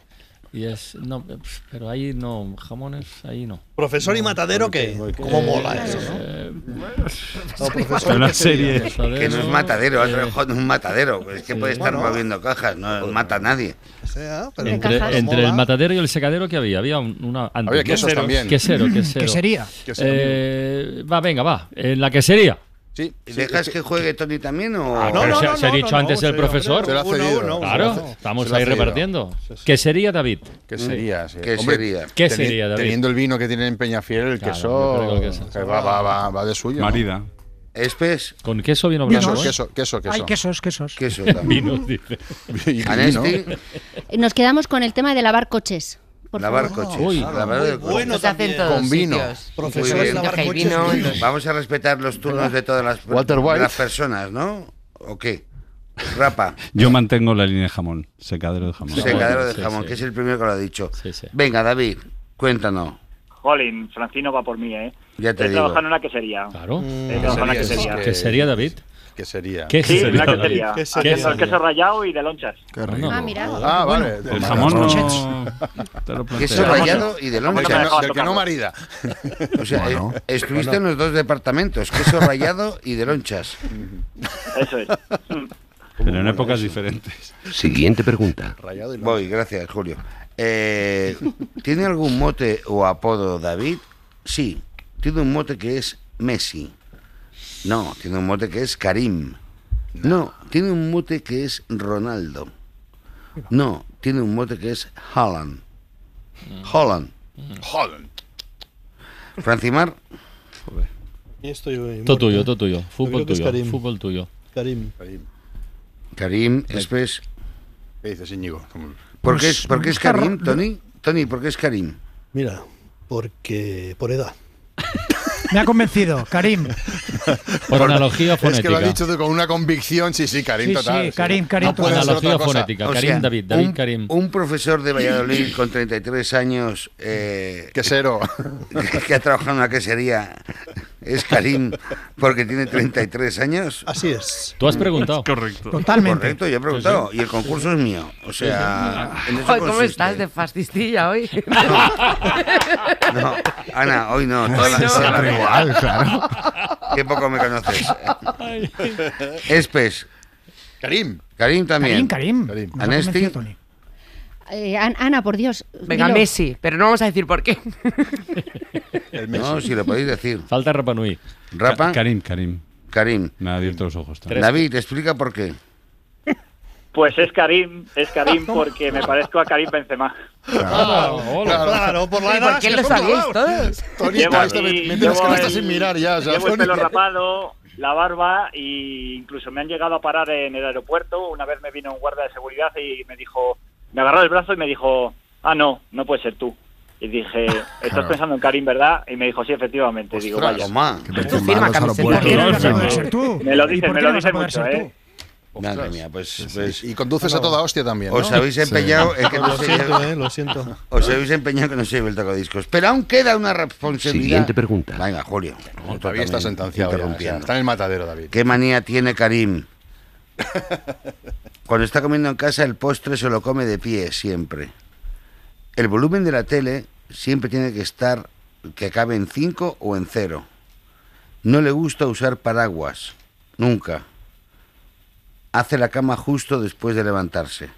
[SPEAKER 11] Y es, no, pues, pero ahí no, jamones, ahí no.
[SPEAKER 5] Profesor y matadero, ¿qué? ¿Cómo mola eso, no?
[SPEAKER 11] Eh,
[SPEAKER 5] No, profesor,
[SPEAKER 10] Pero una
[SPEAKER 5] ¿qué sería?
[SPEAKER 10] serie.
[SPEAKER 11] Matadero,
[SPEAKER 6] que no es matadero, ha trabajado en un matadero. pues Es que puede estar
[SPEAKER 5] Bueno.
[SPEAKER 6] moviendo cajas, no mata a nadie.
[SPEAKER 5] O sea, pero
[SPEAKER 11] Entre,
[SPEAKER 5] mola.
[SPEAKER 11] entre el matadero y el secadero que había, había un- una antes,
[SPEAKER 8] Había
[SPEAKER 11] ¿no?
[SPEAKER 8] quesos
[SPEAKER 11] Quesero,
[SPEAKER 8] también.
[SPEAKER 11] Quesero, quesero.
[SPEAKER 23] ¿Qué sería?
[SPEAKER 8] Quesero.
[SPEAKER 11] Eh, va, venga, va. En la quesería.
[SPEAKER 8] Sí,
[SPEAKER 6] ¿Y ¿Dejas que juegue Tony también o...?
[SPEAKER 11] no, Ah, Pero no, se- se ha dicho antes el
[SPEAKER 5] sí, hombre,
[SPEAKER 11] profesor.
[SPEAKER 8] Se lo ha
[SPEAKER 5] uno,
[SPEAKER 8] cedido.
[SPEAKER 5] uno, uno.
[SPEAKER 11] Claro,
[SPEAKER 8] se lo hace- se
[SPEAKER 11] estamos
[SPEAKER 8] lo
[SPEAKER 11] ahí
[SPEAKER 8] hace ido.
[SPEAKER 11] repartiendo. Quesería, David.
[SPEAKER 8] ¿Qué sería? sí.
[SPEAKER 6] ¿Qué
[SPEAKER 8] Hombre,
[SPEAKER 6] sería?
[SPEAKER 11] Mm. ¿Qué
[SPEAKER 8] teni-
[SPEAKER 11] sería, David?
[SPEAKER 8] Teniendo el vino que tiene en Peñafiel, el
[SPEAKER 11] Claro, yo creo
[SPEAKER 8] queso,
[SPEAKER 11] que el queso.
[SPEAKER 8] que va, va, va, va de suyo. ¿no?
[SPEAKER 10] Marida.
[SPEAKER 6] Espes,
[SPEAKER 11] Con queso bien
[SPEAKER 8] Queso,
[SPEAKER 11] blanco. ¿eh?
[SPEAKER 8] queso, queso, queso.
[SPEAKER 23] Hay quesos, quesos.
[SPEAKER 6] queso también.
[SPEAKER 11] Vinos, dice.
[SPEAKER 8] Y vino.
[SPEAKER 6] Anesti,
[SPEAKER 4] Nos quedamos con el tema de lavar coches. Por
[SPEAKER 6] lavar
[SPEAKER 4] favor.
[SPEAKER 6] coches.
[SPEAKER 11] Uy,
[SPEAKER 6] lavar
[SPEAKER 5] muy
[SPEAKER 6] de coches.
[SPEAKER 5] bueno
[SPEAKER 26] Esto se hace en
[SPEAKER 5] también.
[SPEAKER 26] todos
[SPEAKER 8] Con vino.
[SPEAKER 26] sitios.
[SPEAKER 5] Profesor
[SPEAKER 6] Muy
[SPEAKER 5] y
[SPEAKER 6] bien.
[SPEAKER 5] lavar
[SPEAKER 26] Deja el
[SPEAKER 5] coches,
[SPEAKER 26] vino,
[SPEAKER 5] muy bien.
[SPEAKER 26] entonces-
[SPEAKER 6] Vamos a respetar los turnos de todas las,
[SPEAKER 8] Walter
[SPEAKER 6] de
[SPEAKER 8] White.
[SPEAKER 6] las personas, ¿no? ¿O qué? Rapa,
[SPEAKER 10] Yo mantengo la línea de jamón. Secadero de jamón.
[SPEAKER 6] secadero de
[SPEAKER 11] sí,
[SPEAKER 6] jamón,
[SPEAKER 11] sí.
[SPEAKER 6] que es el primero que lo ha dicho.
[SPEAKER 11] Sí, sí.
[SPEAKER 6] Venga, David, cuéntanos.
[SPEAKER 23] Jolín, Francino va por mí, ¿eh?
[SPEAKER 6] Ya te
[SPEAKER 23] He
[SPEAKER 6] digo.
[SPEAKER 23] trabajado en una quesería.
[SPEAKER 11] Claro.
[SPEAKER 23] He trabajado en una
[SPEAKER 8] Quesería,
[SPEAKER 23] quesería.
[SPEAKER 8] sí.
[SPEAKER 11] Quesería, David.
[SPEAKER 8] ¿Qué sería?
[SPEAKER 11] ¿Qué
[SPEAKER 23] Sí,
[SPEAKER 11] sería,
[SPEAKER 23] una
[SPEAKER 11] David?
[SPEAKER 23] quesería.
[SPEAKER 11] ¿Qué
[SPEAKER 23] Queso-
[SPEAKER 11] sería?
[SPEAKER 23] Ah, queso rallado y de lonchas.
[SPEAKER 8] Qué
[SPEAKER 11] rico.
[SPEAKER 4] Ah, mira.
[SPEAKER 8] Ah, vale.
[SPEAKER 11] El
[SPEAKER 8] Vale,
[SPEAKER 11] jamón
[SPEAKER 8] los
[SPEAKER 11] no-
[SPEAKER 8] chets.
[SPEAKER 11] te lo planteo.
[SPEAKER 6] Queso rallado y de
[SPEAKER 8] Del
[SPEAKER 6] loncha.
[SPEAKER 8] que no-
[SPEAKER 6] ¿no?
[SPEAKER 8] Del que no marida.
[SPEAKER 6] O sea,
[SPEAKER 8] Bueno.
[SPEAKER 6] eh, estuviste
[SPEAKER 8] Bueno.
[SPEAKER 6] en los dos departamentos, queso rallado y de lonchas.
[SPEAKER 23] Eso es.
[SPEAKER 10] Pero en épocas diferentes.
[SPEAKER 6] Siguiente pregunta.
[SPEAKER 8] Rallado y lonchas.
[SPEAKER 6] Voy, gracias, Julio. Eh, ¿Tiene algún mote o apodo David? Sí, tiene un mote que es Messi. No, tiene un mote que es Karim. No, tiene un mote que es Ronaldo. No, tiene un mote que es Haaland.
[SPEAKER 8] Mm.
[SPEAKER 6] Holland.
[SPEAKER 8] Holland.
[SPEAKER 6] Francimar,
[SPEAKER 5] Y
[SPEAKER 16] eh,
[SPEAKER 5] estoy hoy
[SPEAKER 11] Todo
[SPEAKER 5] muerto.
[SPEAKER 11] tuyo, todo tuyo.
[SPEAKER 5] Yo
[SPEAKER 11] Fútbol
[SPEAKER 5] creo que es
[SPEAKER 11] tuyo.
[SPEAKER 5] Karim.
[SPEAKER 11] Fútbol tuyo.
[SPEAKER 5] Karim.
[SPEAKER 6] Karim, después.
[SPEAKER 8] ¿Qué dices, Íñigo?
[SPEAKER 6] ¿Por
[SPEAKER 16] Pues
[SPEAKER 18] Pues
[SPEAKER 6] qué es, por qué es
[SPEAKER 5] Busca-
[SPEAKER 6] Karim, Tony? Tony, ¿por qué es Karim?
[SPEAKER 16] Mira, porque por edad.
[SPEAKER 18] Me ha convencido, Karim.
[SPEAKER 11] Por analogía
[SPEAKER 8] Es que lo
[SPEAKER 11] fonética.
[SPEAKER 8] ha dicho tú con una convicción, sí, sí, Karim
[SPEAKER 18] Sí,
[SPEAKER 8] total.
[SPEAKER 18] sí, Karim, Karim
[SPEAKER 8] No puede ser
[SPEAKER 11] analogía
[SPEAKER 8] otra cosa.
[SPEAKER 11] fonética.
[SPEAKER 6] O
[SPEAKER 11] Karim
[SPEAKER 6] sea,
[SPEAKER 11] David, David
[SPEAKER 6] un,
[SPEAKER 11] Karim.
[SPEAKER 6] un profesor de Valladolid con 33 años. Eh,
[SPEAKER 8] quesero.
[SPEAKER 6] Que ha trabajado en una quesería. Es Karim porque tiene 33 años.
[SPEAKER 16] Así es.
[SPEAKER 11] Tú has preguntado.
[SPEAKER 10] Correcto.
[SPEAKER 16] Totalmente.
[SPEAKER 6] Correcto, yo he preguntado.
[SPEAKER 16] Sí, sí.
[SPEAKER 6] Y el concurso es mío. O sea, en eso
[SPEAKER 12] Joder, ¿Cómo
[SPEAKER 6] consiste.
[SPEAKER 12] estás de fastistilla hoy?
[SPEAKER 6] No, Ana, hoy no. toda la-
[SPEAKER 12] Hoy
[SPEAKER 6] toda
[SPEAKER 12] no.
[SPEAKER 6] la
[SPEAKER 12] Siempre
[SPEAKER 6] vida.
[SPEAKER 12] igual, claro.
[SPEAKER 6] Qué poco me conoces. Espes.
[SPEAKER 8] Karim.
[SPEAKER 6] Karim también.
[SPEAKER 12] Karim,
[SPEAKER 8] Karim.
[SPEAKER 12] Nos ha convencido,
[SPEAKER 4] Eh, An- Ana, por Dios.
[SPEAKER 12] Venga,
[SPEAKER 4] dilo.
[SPEAKER 12] Messi, pero no vamos a decir por qué.
[SPEAKER 6] No, si lo podéis decir.
[SPEAKER 11] Falta Rapa Nui.
[SPEAKER 6] Rapa.
[SPEAKER 10] Ka- Karim, Karim.
[SPEAKER 6] Karim.
[SPEAKER 10] Me ha abierto los ojos. también.
[SPEAKER 6] David, explica por qué.
[SPEAKER 23] Pues es Karim, es
[SPEAKER 8] Ah,
[SPEAKER 23] Karim porque me parezco a Karim Benzema.
[SPEAKER 8] Claro, claro, por la
[SPEAKER 12] ¿Y
[SPEAKER 8] edad.
[SPEAKER 12] por qué
[SPEAKER 8] se
[SPEAKER 12] lo
[SPEAKER 8] le pone
[SPEAKER 12] sabíais
[SPEAKER 8] raro.
[SPEAKER 12] todos?
[SPEAKER 8] Tony,
[SPEAKER 23] Llevo
[SPEAKER 8] estás-
[SPEAKER 23] aquí-
[SPEAKER 8] me tienes
[SPEAKER 23] llevo
[SPEAKER 8] que no estás
[SPEAKER 23] el-
[SPEAKER 8] sin mirar ya. ¿sabes?
[SPEAKER 23] Llevo el pelo rapado, la barba y incluso me han llegado a parar en el aeropuerto. Una vez me vino un guardia de seguridad y me dijo, me agarró el brazo y me dijo, ah, no, no puede ser tú. Y dije, estás
[SPEAKER 6] Claro.
[SPEAKER 23] pensando en Karim, ¿verdad? Y me dijo, sí, efectivamente. Digo, vaya.
[SPEAKER 6] Tomá.
[SPEAKER 23] Me lo dicen, me lo dicen mucho, ¿eh?
[SPEAKER 6] Madre mía, pues, pues-
[SPEAKER 8] Y conduces a toda hostia también.
[SPEAKER 6] Os habéis empeñado en que no
[SPEAKER 5] lo
[SPEAKER 6] se
[SPEAKER 5] siento,
[SPEAKER 6] lleve-
[SPEAKER 5] eh, lo siento.
[SPEAKER 6] Os habéis empeñado que no se lleve el tocadiscos. Pero aún queda una responsabilidad.
[SPEAKER 8] Siguiente
[SPEAKER 6] pregunta. Venga, Julio. Tú
[SPEAKER 8] David
[SPEAKER 6] también
[SPEAKER 8] está sentenciado. ya, eh, o sea,
[SPEAKER 6] interrumpiendo.
[SPEAKER 8] Está en el matadero, David.
[SPEAKER 6] ¿Qué manía tiene Karim? Cuando está comiendo en casa, el postre se lo come de pie siempre. El volumen de la tele siempre tiene que estar que acabe en 5 o en 0. No le gusta usar paraguas. Nunca. Hace la cama justo después de levantarse.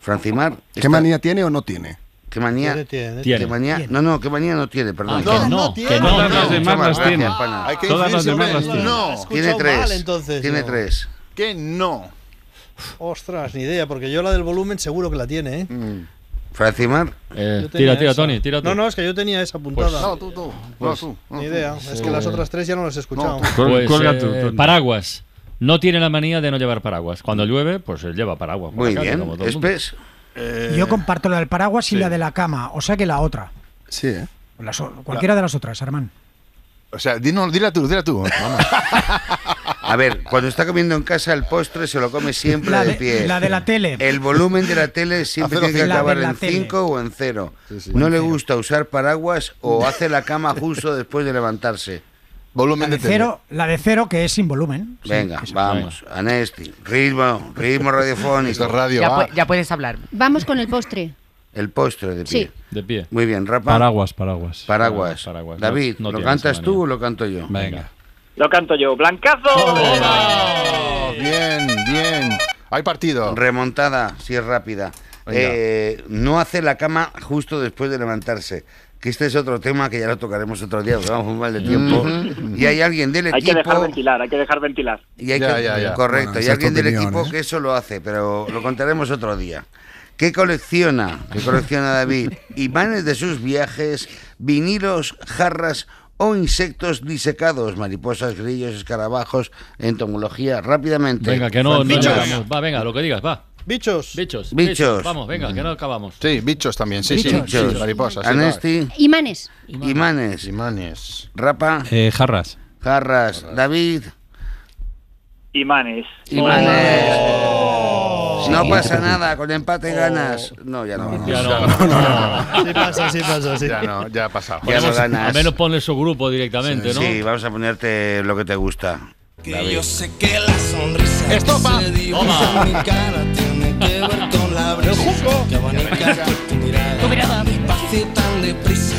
[SPEAKER 6] Francimar.
[SPEAKER 9] ¿Qué
[SPEAKER 6] esta-
[SPEAKER 9] manía tiene o no tiene?
[SPEAKER 6] ¿Qué manía?
[SPEAKER 9] Tiene, tiene,
[SPEAKER 16] eh,
[SPEAKER 6] ¿Qué
[SPEAKER 9] tiene.
[SPEAKER 6] manía?
[SPEAKER 9] Tiene.
[SPEAKER 6] No, no, ¿qué manía no tiene? Perdón.
[SPEAKER 9] Ah, que no, no tiene.
[SPEAKER 10] Todas las demás
[SPEAKER 6] Chema,
[SPEAKER 10] las
[SPEAKER 6] gracias,
[SPEAKER 10] tiene.
[SPEAKER 6] pana.
[SPEAKER 10] Hay que Todas decir las si demás no- las tiene.
[SPEAKER 8] no, has
[SPEAKER 6] Tiene
[SPEAKER 8] escuchado
[SPEAKER 6] tres.
[SPEAKER 8] mal, entonces,
[SPEAKER 6] tiene
[SPEAKER 8] no.
[SPEAKER 6] tres.
[SPEAKER 8] ¿Qué no?
[SPEAKER 16] Ostras, ni idea, porque yo la del volumen seguro que la tiene, ¿eh?
[SPEAKER 6] Mm. Francimar.
[SPEAKER 16] Yo tenía
[SPEAKER 11] tira, tira,
[SPEAKER 16] esa.
[SPEAKER 11] Tony, Mm, tira tú.
[SPEAKER 16] No, no, es que yo tenía esa apuntada.
[SPEAKER 8] Pues, No, tú, tú. No,
[SPEAKER 11] Pues,
[SPEAKER 8] tú.
[SPEAKER 16] Ni idea, es que las otras tres ya no las he escuchado.
[SPEAKER 11] Pues,
[SPEAKER 10] Cuelga
[SPEAKER 11] eh,
[SPEAKER 10] tú, Tony.
[SPEAKER 11] Paraguas. No tiene la manía de no llevar paraguas. Cuando llueve, pues él lleva paraguas. por
[SPEAKER 6] Muy
[SPEAKER 11] la calle,
[SPEAKER 6] bien.
[SPEAKER 11] como todo el mundo.
[SPEAKER 6] Espes.
[SPEAKER 18] Yo comparto la del paraguas y
[SPEAKER 8] Eh, sí.
[SPEAKER 18] la de la cama, o sea que la otra.
[SPEAKER 8] Sí, ¿eh?
[SPEAKER 18] Las o- cualquiera de las otras, Armán.
[SPEAKER 8] O sea, dino, dila tú, dila tú. Vamos.
[SPEAKER 6] A ver, cuando está comiendo en casa el postre se lo come siempre
[SPEAKER 18] La
[SPEAKER 6] de,
[SPEAKER 18] de-
[SPEAKER 6] pie.
[SPEAKER 18] la de la tele.
[SPEAKER 6] El volumen de la tele siempre
[SPEAKER 8] A
[SPEAKER 6] tiene
[SPEAKER 8] cero
[SPEAKER 6] que
[SPEAKER 8] cinco.
[SPEAKER 6] acabar
[SPEAKER 8] La de la
[SPEAKER 6] en
[SPEAKER 8] tele.
[SPEAKER 6] 5 o en 0. No le gusta usar paraguas o hace la cama justo después de levantarse.
[SPEAKER 8] Volumen
[SPEAKER 18] De cero, la de cero que es sin volumen. Sí,
[SPEAKER 6] Venga,
[SPEAKER 18] esa.
[SPEAKER 6] vamos. Anesti. Ritmo, ritmo radiofónico.
[SPEAKER 8] Esto es radio,
[SPEAKER 12] Ya, pu- ya puedes hablar.
[SPEAKER 4] Vamos con el postre.
[SPEAKER 6] El postre de pie.
[SPEAKER 4] Sí.
[SPEAKER 11] De pie.
[SPEAKER 6] Muy bien, Rapa.
[SPEAKER 10] Paraguas, paraguas.
[SPEAKER 6] Paraguas.
[SPEAKER 10] Paraguas.
[SPEAKER 6] David,
[SPEAKER 10] No- no
[SPEAKER 6] ¿lo
[SPEAKER 10] tiene
[SPEAKER 6] cantas
[SPEAKER 10] esa
[SPEAKER 6] tú
[SPEAKER 10] manía.
[SPEAKER 6] o lo canto yo?
[SPEAKER 10] Venga.
[SPEAKER 23] Lo canto yo, ¡Blancazo!
[SPEAKER 8] Oh, Bien, bien. Hay partido.
[SPEAKER 6] Remontada, si es rápida.
[SPEAKER 8] Venga.
[SPEAKER 6] Eh, no hace la cama justo después de levantarse. Que este es otro tema que ya lo tocaremos otro día, porque vamos muy mal de tiempo. Y hay alguien del
[SPEAKER 23] Hay que
[SPEAKER 6] equipo.
[SPEAKER 23] dejar ventilar, hay que dejar ventilar.
[SPEAKER 6] y hay
[SPEAKER 8] Ya,
[SPEAKER 6] que-
[SPEAKER 8] ya, ya.
[SPEAKER 6] Correcto,
[SPEAKER 8] Bueno,
[SPEAKER 6] hay
[SPEAKER 8] esa es
[SPEAKER 6] alguien
[SPEAKER 8] tu
[SPEAKER 6] del
[SPEAKER 8] opinión,
[SPEAKER 6] equipo
[SPEAKER 8] ¿eh?
[SPEAKER 6] que eso lo hace, pero lo contaremos otro día. ¿Qué colecciona? ¿Qué colecciona David? Imanes de sus viajes, vinilos, jarras o insectos disecados, mariposas, grillos, escarabajos, entomología, rápidamente.
[SPEAKER 11] Venga, que no, no
[SPEAKER 6] Francisco.
[SPEAKER 11] llegamos. Va, venga, lo que digas, va.
[SPEAKER 16] Bichos.
[SPEAKER 11] Bichos.
[SPEAKER 6] Bichos.
[SPEAKER 11] Vamos, venga, que no acabamos.
[SPEAKER 8] Sí, bichos también, sí, sí.
[SPEAKER 6] Bichos.
[SPEAKER 8] sí, mariposas. sí,
[SPEAKER 6] Anesti,
[SPEAKER 4] Imanes.
[SPEAKER 6] imanes,
[SPEAKER 8] vale. Imanes.
[SPEAKER 6] Rapa,
[SPEAKER 10] Eh, jarras.
[SPEAKER 6] jarras, David,
[SPEAKER 23] Imanes. Oh.
[SPEAKER 6] imanes. No pasa nada, con empate ganas. No, ya no.
[SPEAKER 11] Ya no.
[SPEAKER 16] Sí pasa, sí pasa, sí.
[SPEAKER 8] Ya no, ya ha pasado.
[SPEAKER 6] Ya no
[SPEAKER 11] Al
[SPEAKER 6] ganas.
[SPEAKER 11] menos ponle su grupo directamente, ¿no?
[SPEAKER 6] Sí, vamos a ponerte lo que te gusta.
[SPEAKER 13] Que yo sé que la sonrisa que
[SPEAKER 30] Estopa.
[SPEAKER 13] se dibuja
[SPEAKER 30] Toma.
[SPEAKER 13] en mi cara tiene que ver con la brisa que abanica tu mirada.
[SPEAKER 30] Tu mirada.
[SPEAKER 13] Despacio y tan deprisa.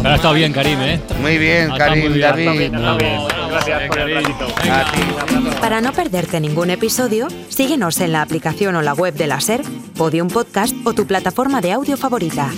[SPEAKER 11] Pero ha estado bien, Karim, ¿eh?
[SPEAKER 6] Muy bien,
[SPEAKER 11] Ha estado
[SPEAKER 6] Karim,
[SPEAKER 11] muy
[SPEAKER 6] David.
[SPEAKER 11] ha estado muy bien.
[SPEAKER 23] Gracias por el ratito.
[SPEAKER 3] Para no perderte ningún episodio, síguenos en la aplicación o la web de la SER, Podium Podcast o tu plataforma de audio favorita.